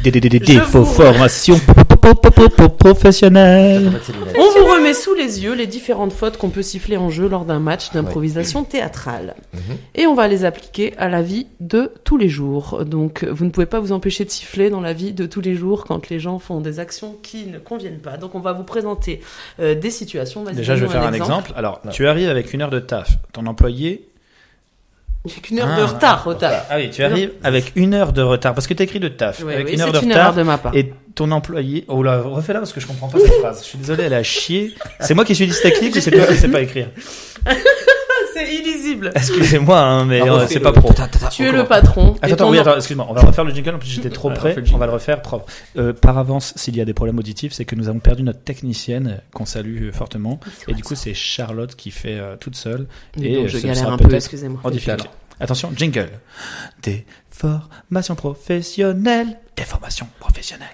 Speaker 2: Des, des, des, des,
Speaker 1: Je
Speaker 2: des faux
Speaker 1: vous- (laughs)
Speaker 2: formations po- po- po- po- po- po- professionnelles.
Speaker 3: Pas de cellulaire.
Speaker 2: Oh.
Speaker 1: On vous remet sous les yeux les différentes fautes qu'on peut siffler en jeu lors d'un match d'improvisation théâtrale.
Speaker 2: Mhm.
Speaker 1: Et on va les appliquer à la vie de tous les jours. Donc vous ne pouvez pas vous empêcher de siffler dans la vie de tous les jours quand les gens font des actions qui ne conviennent pas. Donc on va vous présenter euh, des situations. Vas-y,
Speaker 2: Déjà, je vais
Speaker 1: donne-nous
Speaker 2: faire un exemple. Alors, tu arrives avec une heure de taf. Ton employé.
Speaker 1: J'ai qu'une heure de
Speaker 2: Ah,
Speaker 1: retard au taf.
Speaker 2: Ah oui, tu arrives avec une heure de retard. Parce que tu écris de taf.
Speaker 1: Oui,
Speaker 2: avec
Speaker 1: oui,
Speaker 2: une heure de
Speaker 1: c'est une
Speaker 2: retard.
Speaker 1: erreur de ma part.
Speaker 2: Et ton employé. Oh là, refais-la parce que je comprends pas cette phrase. Je suis désolé, elle a chié. C'est moi qui suis dyslexique ou c'est toi qui sais pas écrire
Speaker 1: C'est illisible.
Speaker 2: Excusez-moi, hein, mais
Speaker 4: Ah,
Speaker 2: euh,
Speaker 4: refais-le.
Speaker 2: c'est pas pro.
Speaker 1: Tu es le patron. et
Speaker 2: Attends,
Speaker 1: ton
Speaker 2: attends, oui,
Speaker 1: or-
Speaker 2: attends, excuse-moi, on va refaire le jingle, en plus j'étais trop
Speaker 4: (laughs) Ouais,
Speaker 2: près,
Speaker 4: refais le jingle.
Speaker 2: on va le refaire propre. Euh, par avance, s'il y a des problèmes auditifs, c'est que nous avons perdu notre technicienne, qu'on salue euh, fortement, et du coup c'est Charlotte qui fait euh, toute seule,
Speaker 1: Mais
Speaker 2: et
Speaker 1: bon,
Speaker 2: euh,
Speaker 1: je
Speaker 2: ce
Speaker 1: galère
Speaker 2: sera
Speaker 1: un peu,
Speaker 2: peut-être
Speaker 1: excusez-moi.
Speaker 2: en difficulté. Attention, jingle. Des formations professionnelles. Des formations professionnelles.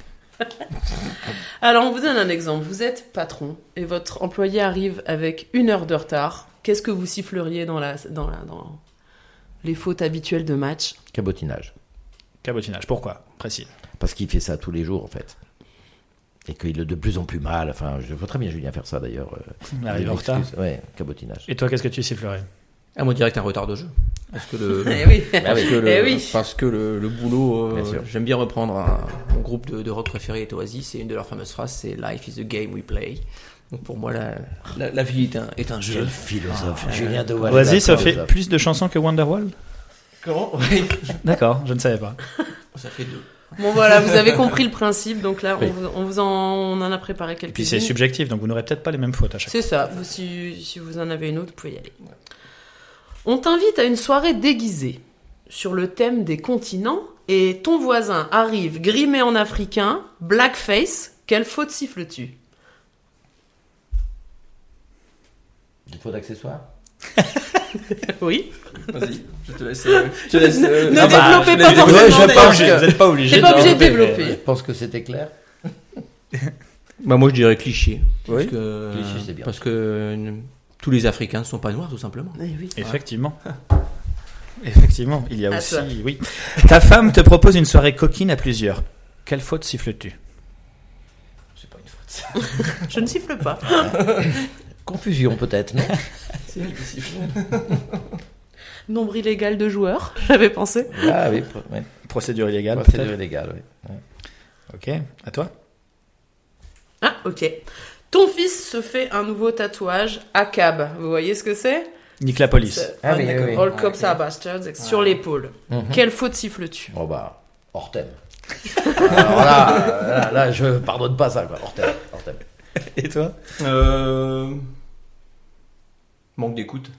Speaker 1: Alors, on vous donne un exemple. Vous êtes patron et votre employé arrive avec une heure de retard. Qu'est-ce que vous siffleriez dans, la, dans, la, dans les fautes habituelles de match
Speaker 3: Cabotinage.
Speaker 2: Cabotinage, pourquoi Précis.
Speaker 3: Parce qu'il fait ça tous les jours, en fait. Et qu'il a de plus en plus mal. Enfin, je vois très bien Julien faire ça, d'ailleurs. euh,
Speaker 2: Il arrive
Speaker 3: des
Speaker 2: en retard.
Speaker 3: excuses. Ouais, cabotinage.
Speaker 2: Et toi, qu'est-ce que tu sifflerais
Speaker 4: (coughs) Ah, moi, direct, un retard de jeu. Parce que (laughs) le,
Speaker 1: Eh oui.
Speaker 4: parce que le,
Speaker 1: Eh oui.
Speaker 4: parce que le, le boulot, euh,
Speaker 3: Bien sûr.
Speaker 4: j'aime bien reprendre un, mon groupe de, de rock préféré est Oasis et une de leurs fameuses phrases c'est Life is the game we play. Donc pour moi la, la, la vie est un, est un jeu.
Speaker 3: Quel
Speaker 2: Ah.
Speaker 3: philosophe, Julien de Waal.
Speaker 2: Oasis ça
Speaker 3: D'accord,
Speaker 2: fait plus de chansons que Wonderwall
Speaker 4: Comment Oui.
Speaker 2: D'accord, je ne savais pas.
Speaker 4: Ça fait deux.
Speaker 1: Bon, voilà, vous avez compris le principe. Donc là, on,
Speaker 3: Oui.
Speaker 1: vous, on vous en, on en a préparé
Speaker 2: Et puis c'est
Speaker 1: quelques-unes.
Speaker 2: subjectif, donc vous n'aurez peut-être pas les mêmes fautes à chaque
Speaker 1: C'est ça. Vous- Si, si vous en avez une autre, vous pouvez y aller. On t'invite à une soirée déguisée sur le thème des continents et ton voisin arrive grimé en africain, blackface. Quelle faute siffles-tu (laughs)
Speaker 3: Défaut d'accessoires
Speaker 1: Oui.
Speaker 4: Vas-y, je te
Speaker 1: (laughs)
Speaker 4: laisse. euh, je te laisse euh,
Speaker 1: Ne
Speaker 4: ah bah,
Speaker 1: développez pas
Speaker 3: développé.
Speaker 1: forcément.
Speaker 3: Ouais,
Speaker 1: d'ailleurs.
Speaker 3: je pense que-
Speaker 2: Vous n'êtes pas obligé.
Speaker 1: T'es pas
Speaker 3: de
Speaker 1: obligé de
Speaker 3: développer,
Speaker 1: développer.
Speaker 3: mais Je pense que c'était clair.
Speaker 4: Bah moi je dirais cliché. Parce que,
Speaker 3: Cliché, c'est bien.
Speaker 4: Parce que euh, tous les Africains ne sont pas noirs tout simplement.
Speaker 1: Eh oui.
Speaker 2: Effectivement. (laughs) Effectivement, il y a
Speaker 1: À
Speaker 2: aussi.
Speaker 1: toi.
Speaker 2: Oui. Ta femme te propose une soirée coquine à plusieurs. Quelle faute siffles-tu
Speaker 3: C'est pas une faute.
Speaker 1: Je ne siffle pas.
Speaker 3: Confusion peut-être, non
Speaker 1: Nombre illégal de joueurs, (laughs) j'avais pensé.
Speaker 3: Ah oui, pr- ouais.
Speaker 2: Procédure illégale,
Speaker 3: procédure
Speaker 2: Ah, peut-être
Speaker 3: illégale, oui.
Speaker 2: Ok, à toi
Speaker 1: Ah, ok. Ton fils se fait un nouveau tatouage à cab. Vous voyez ce que c'est
Speaker 2: Nique la police.
Speaker 1: C'est-
Speaker 3: Ah
Speaker 1: ouais,
Speaker 3: oui,
Speaker 1: d'accord.
Speaker 3: oui, oui.
Speaker 1: All cops are bastards, sur l'épaule.
Speaker 3: Mhm.
Speaker 1: Quelle faute siffles-tu (laughs)
Speaker 3: Bon bah, hors thème. Alors là, euh, là, là, je pardonne pas ça, quoi. Hors thème, hors thème.
Speaker 2: Et toi
Speaker 4: Euh, Manque d'écoute.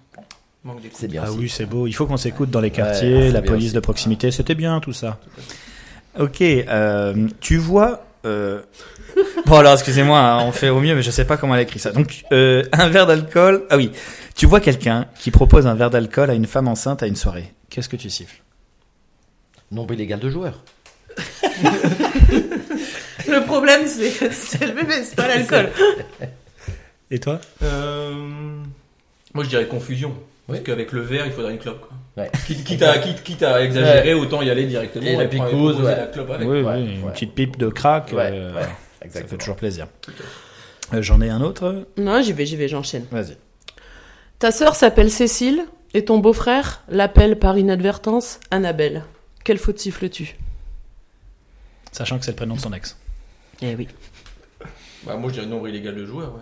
Speaker 4: Manque d'écoute.
Speaker 3: C'est bien
Speaker 2: Ah
Speaker 3: aussi.
Speaker 2: oui, c'est beau. Il faut qu'on s'écoute dans les quartiers,
Speaker 3: c'est
Speaker 2: la
Speaker 3: bien
Speaker 2: police
Speaker 3: aussi.
Speaker 2: de proximité. C'était bien tout ça. Ok, euh, tu vois.
Speaker 3: (laughs)
Speaker 2: euh, Bon alors, excusez-moi, hein, on fait au mieux, mais je sais pas comment elle a écrit ça. Donc, euh, un verre d'alcool. Ah oui, tu vois quelqu'un qui propose un verre d'alcool à une femme enceinte à une soirée. Qu'est-ce que tu siffles
Speaker 3: Nombre illégal de joueurs.
Speaker 1: Le problème, c'est (laughs) c'est le bébé, c'est pas l'alcool.
Speaker 2: Et toi
Speaker 4: Euh, Moi je dirais confusion. Parce
Speaker 3: Oui.
Speaker 4: qu'avec le verre, il faudrait une clope. Quoi.
Speaker 3: Ouais.
Speaker 4: Quitte, quitte à, quitte, quitte à exagérer, autant y aller directement.
Speaker 3: Et la
Speaker 4: prendre-
Speaker 3: picouse,
Speaker 4: poser
Speaker 3: ouais.
Speaker 4: la clope avec.
Speaker 2: Oui,
Speaker 3: ouais,
Speaker 2: oui, une
Speaker 3: ouais.
Speaker 2: petite pipe de crack.
Speaker 3: Ouais,
Speaker 2: euh,
Speaker 3: ouais,
Speaker 2: ça fait
Speaker 3: exactement.
Speaker 2: toujours plaisir. Euh, J'en ai un autre.
Speaker 1: Non, j'y vais, j'y vais, j'enchaîne.
Speaker 2: Vas-y.
Speaker 1: Ta sœur s'appelle Cécile et ton beau-frère l'appelle par inadvertance Annabelle. Quelle faute siffles-tu
Speaker 2: Sachant que c'est le prénom de son ex.
Speaker 1: Eh oui.
Speaker 4: Bah, moi je dirais nombre illégal de joueurs. Ouais.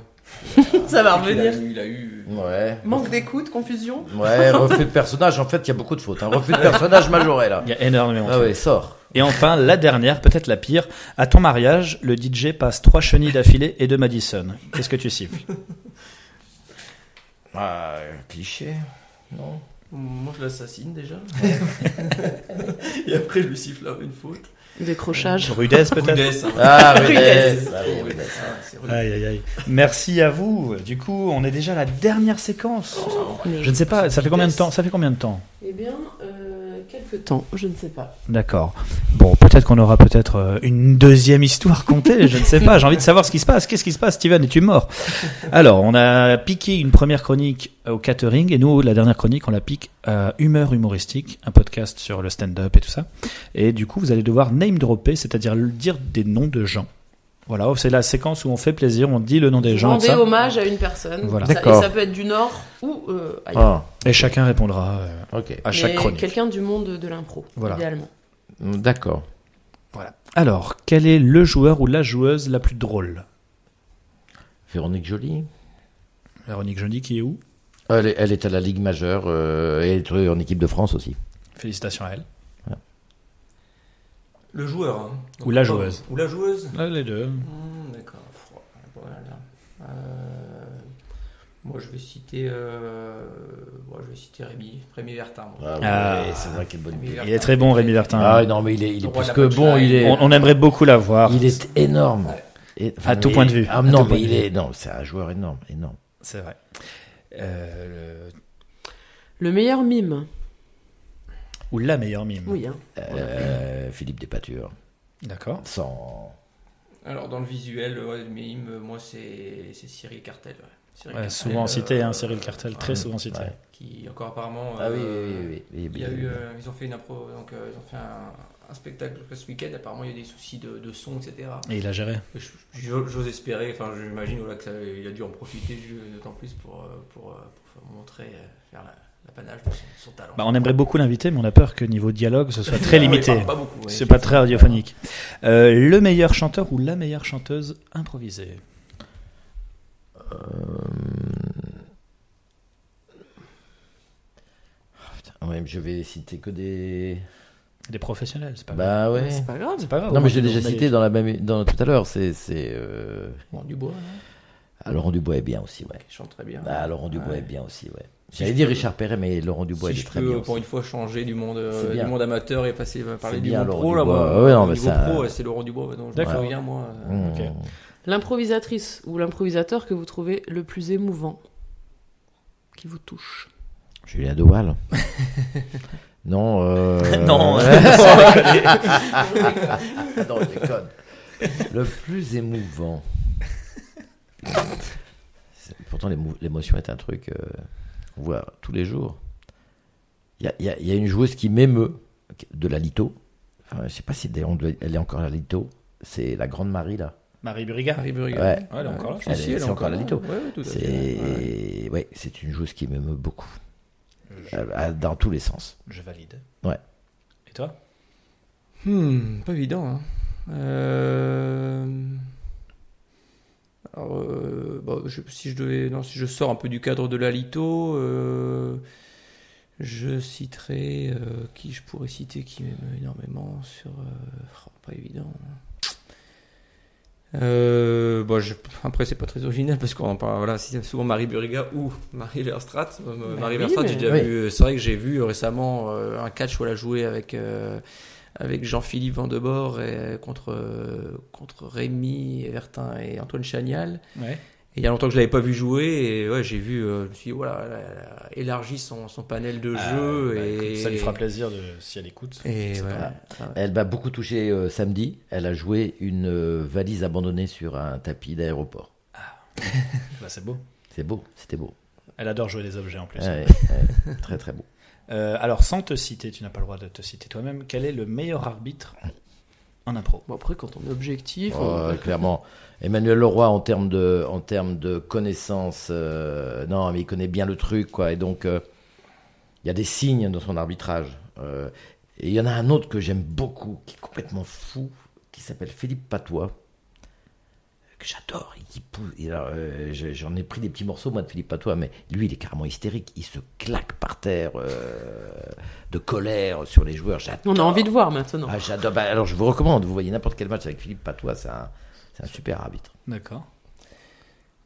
Speaker 1: Ça va
Speaker 4: Il a
Speaker 1: revenir.
Speaker 4: eu. Il a eu...
Speaker 3: Ouais.
Speaker 1: Manque d'écoute, confusion.
Speaker 3: Ouais, refus de personnage, en fait, il y a beaucoup de fautes. Hein. Refus de personnage majoré, là.
Speaker 2: Il y a énormément. de
Speaker 3: Ah oui, sort.
Speaker 2: Et enfin, la dernière, peut-être la pire. À ton mariage, le DJ passe trois chenilles d'affilée et de Madison. Qu'est-ce que tu siffles
Speaker 3: Ah, cliché, non
Speaker 4: Moi je l'assassine déjà. (laughs) Et après je lui siffle là, une faute.
Speaker 1: Décrochage.
Speaker 2: Rudesse peut-être
Speaker 4: Rudesse, hein.
Speaker 3: Ah, oui,
Speaker 1: Rudesse.
Speaker 3: ah oui, oui.
Speaker 4: Ah, c'est rude.
Speaker 2: Aïe, aïe, aïe. Merci à vous. Du coup, on est déjà à la dernière séquence. Je ne sais pas, ça fait combien de temps Ça fait combien de temps
Speaker 1: Eh bien, euh, quelques temps, je ne sais pas.
Speaker 2: D'accord. Bon, peut-être qu'on aura peut-être euh, une deuxième histoire comptée, je ne sais pas. J'ai envie de savoir ce qui se passe. Qu'est-ce qui se passe, Steven Es-tu mort Alors, on a piqué une première chronique au catering et nous, la dernière chronique, on la pique à Humeur Humoristique, un podcast sur le stand-up et tout ça. Et du coup, vous allez devoir name dropper, c'est-à-dire le- dire des noms de gens. Voilà, c'est la séquence où on fait plaisir, on dit le nom des gens et, tout
Speaker 1: Rendez
Speaker 2: ça,
Speaker 1: hommage à une personne.
Speaker 2: Voilà.
Speaker 1: Ça, et
Speaker 3: D'accord.
Speaker 1: ça peut être du Nord ou euh, ailleurs.
Speaker 3: Ah,
Speaker 2: et chacun répondra euh,
Speaker 3: ok.
Speaker 2: à chaque
Speaker 1: Mais
Speaker 2: chronique.
Speaker 1: Quelqu'un du monde de l'impro,
Speaker 2: Voilà.
Speaker 1: idéalement.
Speaker 3: D'accord.
Speaker 2: Voilà. Alors, quel est le joueur ou la joueuse la plus drôle
Speaker 3: Véronique Jolie
Speaker 2: Véronique Jeudi qui est où
Speaker 3: elle est, elle est à la Ligue majeure euh, et elle est en équipe de France aussi.
Speaker 2: Félicitations à elle.
Speaker 4: Le joueur. hein.
Speaker 2: Ou la joueuse.
Speaker 4: Ou la joueuse.
Speaker 2: les deux.
Speaker 4: Hmm, D'accord. Froid. Voilà. Euh, Moi, je vais citer. euh, moi, je vais citer Rémi, Rémi Vertin. moi.
Speaker 3: Ah,
Speaker 2: Ah.
Speaker 3: c'est vrai qu'il est bonne
Speaker 4: Rémi
Speaker 3: idée.
Speaker 4: Vertin.
Speaker 2: Il est très bon, Rémi Bertin.
Speaker 3: Ah non, mais il est, il est
Speaker 4: Le
Speaker 3: plus
Speaker 4: roi de la
Speaker 3: que bon,
Speaker 4: punchline.
Speaker 3: il est,
Speaker 2: on, on aimerait beaucoup la voir.
Speaker 3: il est énorme. Et- enfin,
Speaker 2: tout
Speaker 3: mais-
Speaker 2: point de vue.
Speaker 3: Ah
Speaker 2: À
Speaker 3: non,
Speaker 2: tout point
Speaker 3: mais
Speaker 2: de
Speaker 3: il
Speaker 2: vue.
Speaker 3: est énorme, c'est un joueur énorme, énorme.
Speaker 2: C'est vrai. Euh, le-
Speaker 1: Le meilleur mime.
Speaker 2: Ou Mm. la meilleure mime.
Speaker 1: Oui, hein.
Speaker 3: Euh, Philippe Despatures,
Speaker 2: D'accord.
Speaker 3: sans
Speaker 4: Alors, dans le visuel, ouais, mais il me- moi, c'est c'est Cyril Cartel. ouais. Cyril
Speaker 2: Ouais,
Speaker 4: Cartel,
Speaker 2: souvent
Speaker 4: euh,
Speaker 2: cité, hein, Cyril Cartel, très
Speaker 4: ouais,
Speaker 2: souvent cité.
Speaker 3: ouais.
Speaker 4: Qui, encore apparemment.
Speaker 3: Ah oui, oui,
Speaker 4: euh,
Speaker 3: oui, oui, oui.
Speaker 4: Il y a eu, euh, ils ont fait une impro, donc euh, ils ont fait un, un spectacle ce week-end. Apparemment, il y a eu des soucis de, de son, etc.
Speaker 2: Et il a géré.
Speaker 4: Je- je- J'ose espérer, enfin, j'imagine voilà, que ça- il a dû en profiter je- d'autant plus pour, euh, pour, euh, pour faire montrer, euh, faire la- l'apanage de son, son talent.
Speaker 2: Bah, on aimerait beaucoup l'inviter, mais on a peur que niveau dialogue, ce soit très
Speaker 4: Ah oui,
Speaker 2: limité.
Speaker 4: pas, pas beaucoup.
Speaker 2: C'est pas très radiophonique. Euh, le meilleur chanteur ou la meilleure chanteuse improvisée
Speaker 3: Ouais, mais je vais citer que des.
Speaker 2: Des professionnels, c'est pas mal.
Speaker 3: Bah ouais.
Speaker 1: C'est pas grave.
Speaker 2: C'est pas grave.
Speaker 3: Non, mais j'ai
Speaker 2: on
Speaker 3: déjà
Speaker 2: a-
Speaker 3: cité dans la même, dans tout à l'heure. C'est, c'est. Euh...
Speaker 4: du bois, hein,
Speaker 3: ah, Laurent Dubois est bien aussi, ouais.
Speaker 4: qui chante très bien.
Speaker 3: Ah, Laurent Dubois
Speaker 4: Ouais.
Speaker 3: est bien aussi, ouais.
Speaker 4: Si
Speaker 3: J'allais
Speaker 4: je
Speaker 3: dire
Speaker 4: peux-
Speaker 3: Richard Perret, mais Laurent Dubois
Speaker 4: si
Speaker 3: il est
Speaker 4: je
Speaker 3: très
Speaker 4: peux
Speaker 3: bien.
Speaker 4: pour
Speaker 3: aussi.
Speaker 4: une fois changer du monde, euh,
Speaker 3: C'est bien.
Speaker 4: du monde amateur et passer euh, parler du
Speaker 3: bien,
Speaker 4: monde
Speaker 3: Laurent
Speaker 4: pro, là,
Speaker 3: Dubois.
Speaker 4: moi,
Speaker 3: Ouais, non, mais
Speaker 4: niveau
Speaker 3: ça-
Speaker 4: pro, c'est Laurent Dubois, ouais, donc je me
Speaker 2: D'accord.
Speaker 4: souviens, moi. euh,
Speaker 3: Mmh.
Speaker 2: Ok.
Speaker 1: L'improvisatrice ou l'improvisateur que vous trouvez le plus émouvant, qui vous touche.
Speaker 3: Julien Dewal. non. euh, (laughs)
Speaker 2: Non,
Speaker 3: non, je déconne. Le plus émouvant. C'est- Pourtant, l'émo- l'émotion est un truc euh, qu'on voit tous les jours. Il y a, il y a- il y a une joueuse qui m'émeut, de la Lito. Enfin, je sais pas si d'ailleurs on doit- elle est encore à la Lito. C'est la grande Marie, là.
Speaker 2: Marie Brigard.
Speaker 4: Harry Brugger.
Speaker 3: Ouais.
Speaker 2: elle est encore là, je
Speaker 4: Ah,
Speaker 3: pense. Elle est- c'est encore la
Speaker 4: là.
Speaker 3: Lito.
Speaker 4: Ouais, ouais, tout à fait.
Speaker 3: C'est
Speaker 4: Ouais. Ah.
Speaker 3: ouais, c'est une joueuse qui m'émeut beaucoup. Euh, Dans tous les sens.
Speaker 2: Je valide.
Speaker 3: Ouais.
Speaker 2: Et toi
Speaker 4: Hmm, pas évident. Hein. Euh, Alors, euh, bon, je- si je devais, non, si je sors un peu du cadre de l'alito, euh, je citerai euh, qui je pourrais citer qui m'aime énormément sur. euh, oh, pas évident. Euh, bon, je- après c'est pas très original parce qu'on en parle. Voilà, c'est souvent Marie Buriga ou Marie Verstrat. Euh, Marie
Speaker 1: Bah oui,
Speaker 4: Verstrat, j'ai
Speaker 1: mais-
Speaker 4: déjà
Speaker 3: Oui.
Speaker 4: vu. euh, C'est vrai que j'ai vu récemment euh, un catch où elle a joué avec. euh, avec Jean-Philippe Vandebord et contre, euh, contre Rémi Vertin et Antoine Chagnal.
Speaker 2: Ouais.
Speaker 4: Et il y a longtemps que je l'avais pas vu jouer et ouais, j'ai vu, euh, je me suis dit, voilà, elle a élargi son, son panel de jeu et
Speaker 2: Ah, bah, Ça lui fera plaisir de, si elle écoute.
Speaker 4: Et
Speaker 2: C'est
Speaker 4: ouais.
Speaker 2: pas mal.
Speaker 3: Elle m'a beaucoup touché euh, samedi. Elle a joué une euh, valise abandonnée sur un tapis d'aéroport.
Speaker 2: Bah, c'est beau.
Speaker 3: C'est beau, c'était beau.
Speaker 2: Elle adore jouer les objets en plus.
Speaker 3: Ouais, ouais, très très beau.
Speaker 2: Euh, alors, sans te citer, tu n'as pas le droit de te citer toi-même, quel est le meilleur arbitre en impro
Speaker 1: Bon après quand on est objectif, euh,
Speaker 3: Oh, clairement, Emmanuel Leroy en termes de en termes de connaissances, euh, non mais il connaît bien le truc quoi. Et donc euh, il y a des signes dans son arbitrage. Euh, et il y en a un autre que j'aime beaucoup, qui est complètement fou, qui s'appelle Philippe Patois. que j'adore. Il pou- il a- euh, je- J'en ai pris des petits morceaux, moi, de Philippe Patois, mais lui, il est carrément hystérique. Il se claque par terre euh, de colère sur les joueurs. J'adore.
Speaker 1: on a envie de voir maintenant.
Speaker 3: Ah, j'adore. Bah, alors, je vous recommande, vous voyez n'importe quel match avec Philippe Patois, c'est un, c'est un super arbitre.
Speaker 2: D'accord.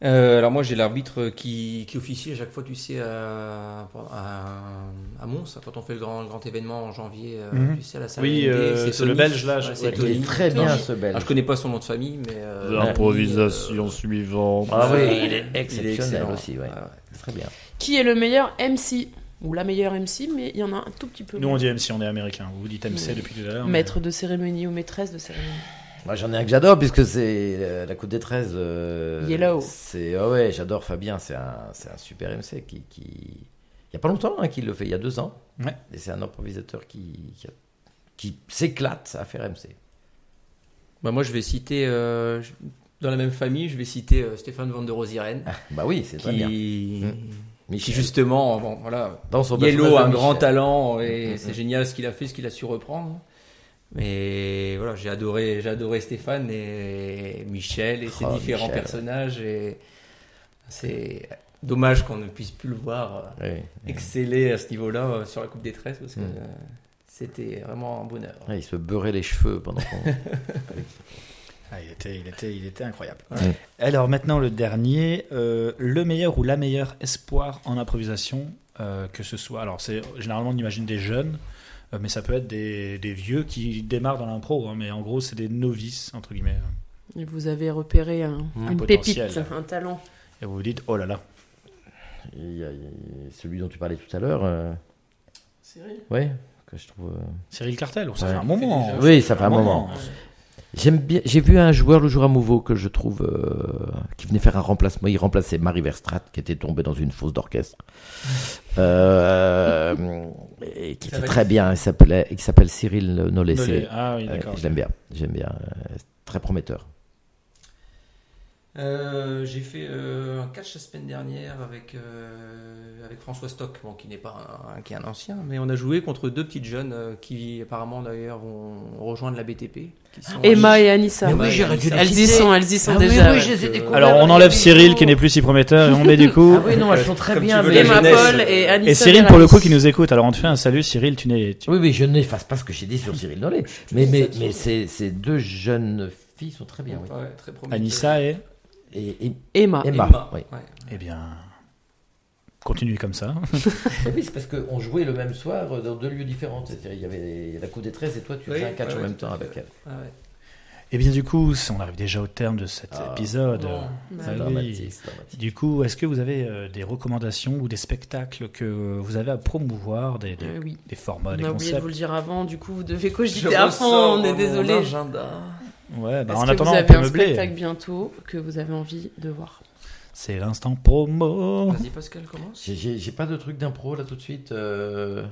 Speaker 4: Euh, alors moi j'ai l'arbitre qui, qui officie à chaque fois, tu sais, à, à, à Mons, quand on fait le grand, le grand événement en janvier, euh,
Speaker 2: Mhm.
Speaker 4: tu sais, à la salle
Speaker 2: Oui,
Speaker 4: Gay,
Speaker 2: euh, c'est
Speaker 4: Tony.
Speaker 2: le belge là. je-
Speaker 4: Ouais,
Speaker 2: ouais,
Speaker 4: c'est
Speaker 3: Il
Speaker 4: Tony.
Speaker 3: est très
Speaker 4: Tony.
Speaker 3: bien, ce belge.
Speaker 4: Alors, Ah, je connais pas son nom de famille, mais... euh,
Speaker 7: L'improvisation
Speaker 4: euh,
Speaker 7: suivante.
Speaker 3: Ah oui,
Speaker 4: Euh,
Speaker 3: il est exceptionnel
Speaker 4: excellent.
Speaker 3: aussi, ouais.
Speaker 4: Ah ouais.
Speaker 3: Très bien.
Speaker 1: Qui est le meilleur MC ou la meilleure MC, mais il y en a un tout petit peu.
Speaker 2: Nous, on
Speaker 1: moins.
Speaker 2: dit MC, on est américain. Vous dites MC depuis tout à l'heure. mais-
Speaker 1: Maître de cérémonie ou maîtresse de cérémonie.
Speaker 3: Moi, j'en ai un que j'adore, puisque c'est euh, la Coupe des 13. euh,
Speaker 1: Yellow.
Speaker 3: C'est, ah ouais, j'adore Fabien, c'est un, c'est un super MC qui, qui- Il n'y a pas longtemps hein, qu'il le fait, il y a deux ans.
Speaker 2: Ouais.
Speaker 3: Et c'est un improvisateur qui, qui, a- qui s'éclate à faire MC.
Speaker 4: Bah, moi je vais citer, euh, je- dans la même famille, je vais citer euh, Stéphane Van de Rosiren,
Speaker 2: Ah,
Speaker 3: Bah oui, c'est très bien.
Speaker 4: qui... qui
Speaker 2: Mmh.
Speaker 3: Michel,
Speaker 4: justement, bon voilà,
Speaker 3: dans son
Speaker 4: Yellow
Speaker 3: personnage
Speaker 4: a
Speaker 3: de
Speaker 4: un grand
Speaker 3: Michel.
Speaker 4: talent et
Speaker 3: Mm, mm,
Speaker 4: c'est
Speaker 3: mm.
Speaker 4: génial ce qu'il a fait, ce qu'il a su reprendre. Mais voilà, j'ai adoré, j'ai adoré Stéphane et Michel et ses
Speaker 3: Oh,
Speaker 4: différents
Speaker 3: Michel.
Speaker 4: personnages et c'est dommage qu'on ne puisse plus le voir euh,
Speaker 3: Oui.
Speaker 4: exceller à ce niveau-là euh, sur la Coupe des Tresses parce que
Speaker 3: Mm.
Speaker 4: euh, c'était vraiment un bonheur.
Speaker 3: Ouais, Ah, il se beurrait les cheveux pendant qu'on.
Speaker 2: Ah, il, était, il, était, il était incroyable.
Speaker 3: Ouais.
Speaker 2: Alors maintenant le dernier, euh, le meilleur ou la meilleure espoir en improvisation, euh, que ce soit. Alors c'est généralement on imagine des jeunes, euh, mais ça peut être des, des vieux qui démarrent dans l'impro, hein, mais en gros c'est des novices entre guillemets.
Speaker 1: Et vous avez repéré un,
Speaker 2: Mm. Un
Speaker 1: une
Speaker 2: potentiel.
Speaker 1: pépite, un talent.
Speaker 2: Et vous vous dites oh là là.
Speaker 3: Il y a- il y a celui dont tu parlais tout à l'heure. euh, ouais, que je trouve. euh,
Speaker 2: Cyril Cartel, ça
Speaker 3: Ouais.
Speaker 2: fait un moment.
Speaker 3: Oui, ça fait un moment. J'aime bien. J'ai vu un joueur le jour à Mouveau que je trouve euh, qui venait faire un remplacement. Il remplaçait Marie Verstrat qui était tombée dans une fosse d'orchestre.
Speaker 4: (laughs)
Speaker 3: Euh, et qui
Speaker 4: Ça
Speaker 3: était
Speaker 4: va
Speaker 3: très bien. Il s'appelait, il s'appelle Cyril Nollet.
Speaker 2: Nollet. Ah oui,
Speaker 3: Euh,
Speaker 2: d'accord.
Speaker 3: J'aime bien. J'aime bien. euh, Très prometteur.
Speaker 4: Euh, j'ai fait euh, un catch la semaine dernière avec, euh, avec François Stock, bon, qui n'est pas un, un- qui est un ancien, mais on a joué contre deux petites jeunes euh, qui apparemment d'ailleurs vont rejoindre la BTP. qui sont-
Speaker 1: Ah, Emma et Anissa.
Speaker 3: Mais oui, j'aurais dû les
Speaker 1: Elles y
Speaker 3: citer.
Speaker 1: sont, elles y sont
Speaker 3: Ah oui,
Speaker 1: déjà.
Speaker 3: oui,
Speaker 1: ouais.
Speaker 3: je les ai
Speaker 4: Euh,
Speaker 3: découvertes.
Speaker 2: Alors, on enlève
Speaker 3: Des
Speaker 2: Cyril
Speaker 3: vidéos.
Speaker 2: qui n'est plus si prometteur et on met du coup.
Speaker 1: (laughs)
Speaker 3: Ah oui, non, elles sont très
Speaker 4: Comme tu
Speaker 3: bien.
Speaker 4: veux
Speaker 3: mais-
Speaker 4: la
Speaker 1: Emma
Speaker 4: jeunesse.
Speaker 1: Paul et Anissa.
Speaker 2: Et Cyril, pour le coup,
Speaker 1: Verratti.
Speaker 2: qui nous écoute. Alors, on te fait un salut, Cyril. Tu n'es. tu-
Speaker 3: Oui, oui, je n'efface pas ce que j'ai dit sur Cyril Nollet. Mais, mais, mais ces, ces deux jeunes filles sont très bien. oui.
Speaker 4: Ouais, très prometteur.
Speaker 2: Anissa et.
Speaker 3: Et, et-
Speaker 1: Emma.
Speaker 3: Emma.
Speaker 4: Emma,
Speaker 3: oui.
Speaker 4: ouais.
Speaker 2: Eh bien. Continuez comme ça.
Speaker 3: Mais oui, c'est parce qu'on jouait le même soir euh, dans deux lieux différents. C'est-à-dire, il y avait la Coupe des 13 et toi, tu
Speaker 4: Oui,
Speaker 3: faisais un catch
Speaker 4: ouais,
Speaker 3: en même
Speaker 4: tout
Speaker 3: temps
Speaker 4: à
Speaker 3: avec
Speaker 4: fait.
Speaker 3: elle.
Speaker 4: Ah ouais.
Speaker 2: Eh bien, du coup, on arrive déjà au terme de cet
Speaker 3: Ah,
Speaker 2: épisode.
Speaker 4: non.
Speaker 1: Euh,
Speaker 2: Ah oui.
Speaker 3: Dramatique, dramatique.
Speaker 2: Du coup, est-ce que vous avez euh, des recommandations ou des spectacles que vous avez à promouvoir, des, des,
Speaker 1: Euh, oui.
Speaker 2: des formats,
Speaker 1: On
Speaker 2: des
Speaker 1: a oublié de
Speaker 2: concepts
Speaker 1: vous le dire avant, du coup, vous devez cogiter
Speaker 4: Je
Speaker 1: à
Speaker 4: ressors
Speaker 1: fond, on est
Speaker 4: mon
Speaker 1: désolé. Ah.
Speaker 4: agenda.
Speaker 2: Ouais, bah,
Speaker 1: Est-ce
Speaker 2: en
Speaker 1: que
Speaker 2: attendant,
Speaker 1: vous
Speaker 2: on
Speaker 1: avez
Speaker 2: peut
Speaker 1: un
Speaker 2: meubler.
Speaker 1: spectacle bientôt que vous avez envie de voir
Speaker 2: C'est l'instant promo.
Speaker 4: Vas-y Pascal, commence.
Speaker 3: J'ai- J'ai j'ai pas de truc d'impro là tout de suite. euh,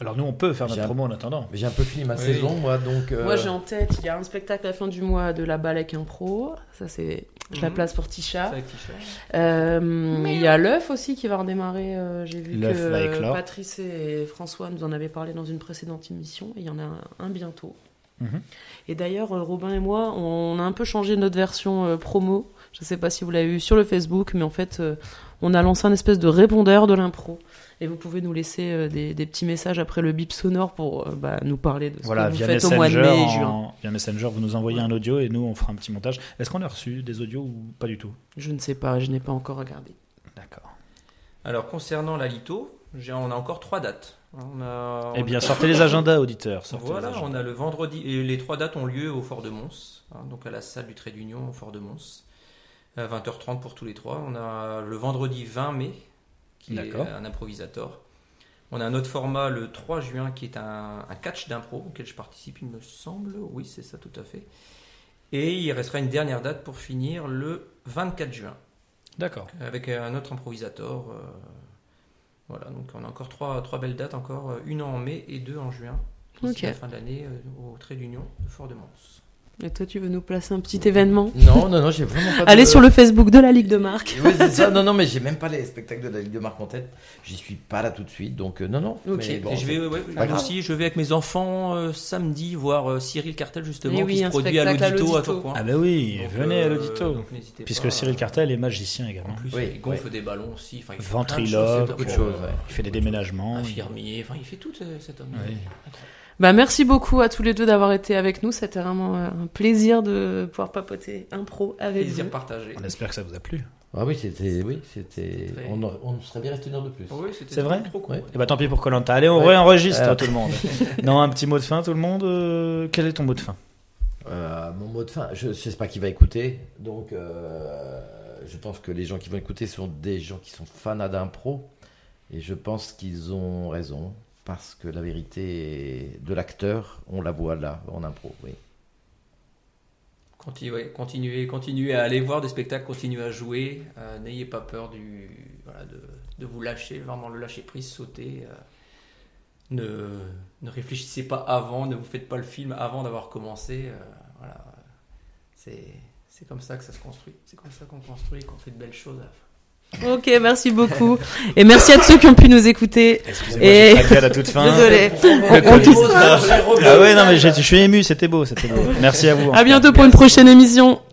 Speaker 2: Alors, nous, on peut faire notre
Speaker 3: J'ai-
Speaker 2: promo en attendant.
Speaker 3: mais J'ai un peu fini ma
Speaker 4: Oui.
Speaker 3: saison, moi, donc. euh,
Speaker 1: Moi j'ai en tête, il y a un spectacle à la fin du mois de la balèque impro, ça c'est, je la
Speaker 4: Mhm.
Speaker 1: place pour Tisha.
Speaker 4: C'est avec Tisha.
Speaker 1: Euh, Il y a l'œuf aussi qui va redémarrer. euh, J'ai vu
Speaker 2: L'œuf va
Speaker 1: que
Speaker 2: éclore.
Speaker 1: Patrice et François nous en avaient parlé dans une précédente émission. Et il y en a un, un bientôt.
Speaker 2: Mhm.
Speaker 1: Et d'ailleurs, euh, Robin et moi, on a un peu changé notre version euh, promo. Je ne sais pas si vous l'avez vu sur le Facebook, mais en fait, euh, on a lancé un espèce de répondeur de l'impro. Et vous pouvez nous laisser euh, des, des petits messages après le bip sonore pour euh, bah, nous parler de ce
Speaker 2: Voilà,
Speaker 1: que vous
Speaker 2: via
Speaker 1: faites
Speaker 2: Messenger,
Speaker 1: au mois de mai et juin.
Speaker 2: en- via Messenger, vous nous envoyez un audio et nous, on fera un petit montage. Est-ce qu'on a reçu des audios ou pas du tout
Speaker 1: Je ne sais pas, je n'ai pas encore regardé.
Speaker 2: D'accord.
Speaker 4: Alors concernant la Lito, j'ai- on a encore trois dates. On a,
Speaker 2: Eh
Speaker 4: on-
Speaker 2: bien, sortez les agendas, auditeurs. sortez
Speaker 4: Oh. Voilà,
Speaker 2: les agendas.
Speaker 4: on a le vendredi. Et les trois dates ont lieu au Fort de Mons, hein, donc à la salle du Trait d'Union au Fort de Mons, à 20h30 pour tous les trois. On a le vendredi 20 mai, qui est
Speaker 2: D'accord.
Speaker 4: un improvisateur. On a un autre format le 3 juin, qui est un, un catch d'impro auquel je participe, il me semble. Oui, c'est ça, tout à fait. Et il restera une dernière date pour finir le 24 juin,
Speaker 2: D'accord.
Speaker 4: avec un autre improvisateur. euh, voilà, donc on a encore trois, trois belles dates, encore euh, une en mai et deux en juin.
Speaker 1: Ok.
Speaker 4: C'est la fin de l'année euh, au Trait d'Union de Fort de Mons.
Speaker 1: Et toi, tu veux nous placer un petit événement
Speaker 3: Non, non, non, j'ai vraiment pas. de-
Speaker 1: Allez sur
Speaker 3: (laughs)
Speaker 1: le Facebook de la Ligue de Marc.
Speaker 3: Oui, c'est ça. Non, non, mais j'ai même pas les spectacles de la Ligue de Marc en tête. J'y suis pas là tout de suite, donc euh, non, non.
Speaker 1: Ok.
Speaker 3: mais bon,
Speaker 4: et je vais, ouais,
Speaker 3: pas
Speaker 4: moi
Speaker 3: grave.
Speaker 4: aussi, je vais avec mes enfants euh, samedi voir euh, Cyril Cartel justement
Speaker 1: Eh
Speaker 4: qui
Speaker 1: oui,
Speaker 4: se
Speaker 1: un
Speaker 4: produit à
Speaker 1: spectacle à
Speaker 4: l'Audito à
Speaker 1: l'Audito.
Speaker 4: Tourcoing.
Speaker 2: Ah, bah oui,
Speaker 4: Donc,
Speaker 2: venez à
Speaker 4: euh,
Speaker 2: l'audito.
Speaker 4: donc n'hésitez pas.
Speaker 2: Puisque Cyril Cartel est magicien également.
Speaker 4: En plus,
Speaker 3: Oui,
Speaker 4: il gonfle
Speaker 3: ouais.
Speaker 4: des ballons aussi. Enfin, il fait plein de choses,
Speaker 2: Ventriloque,
Speaker 4: c'est
Speaker 3: de
Speaker 4: pas
Speaker 3: choses,
Speaker 4: pour,
Speaker 3: ouais.
Speaker 4: euh,
Speaker 2: il fait des déménagements.
Speaker 4: Infirmier, enfin, il fait tout euh, cet homme.
Speaker 2: Oui.
Speaker 1: Bah, merci beaucoup à tous les deux d'avoir été avec nous. C'était vraiment euh, un plaisir de pouvoir papoter impro avec
Speaker 4: Plaisir
Speaker 1: vous.
Speaker 4: partagé.
Speaker 2: On espère que ça vous a plu.
Speaker 3: Ah oui, c'était. Oui, c'était.
Speaker 4: Très-
Speaker 3: On, aurait- on serait bien resté une heure de plus.
Speaker 4: Oui, c'était
Speaker 2: C'est vrai
Speaker 4: trop cool.
Speaker 3: Ouais.
Speaker 2: Et bah tant pis pour Colanta. Allez, on
Speaker 3: Ouais.
Speaker 2: réenregistre
Speaker 3: Euh.
Speaker 2: tout le monde. non, un petit mot de fin, tout le monde. Euh, Quel est ton mot de fin
Speaker 3: Euh, mon mot de fin, je sais pas qui va écouter, donc euh, je pense que les gens qui vont écouter sont des gens qui sont fans d'impro, et je pense qu'ils ont raison, parce que la vérité de l'acteur, on la voit là, en impro, oui.
Speaker 4: Continuez, continuez, continuez à aller voir des spectacles, continuez à jouer. euh, N'ayez pas peur du, voilà, de, de vous lâcher, vraiment le lâcher prise, sauter. euh, ne, ne réfléchissez pas avant, ne vous faites pas le film avant d'avoir commencé. euh, voilà. C'est c'est comme ça que ça se construit. C'est comme ça qu'on construit, qu'on fait de belles choses. à la fin.
Speaker 1: Ok, merci beaucoup. Et merci à tous ceux qui ont pu nous écouter.
Speaker 2: Excusez-moi,
Speaker 1: Et-
Speaker 2: j'ai craqué à la toute
Speaker 4: (laughs)
Speaker 2: fin.
Speaker 1: Désolé.
Speaker 4: Hein,
Speaker 2: On Ah dit- Ah ouais, non, mais j'ai- je suis ému, c'était beau, c'était beau. Merci à vous. en
Speaker 1: À
Speaker 2: tout cas.
Speaker 1: bientôt pour une prochaine émission.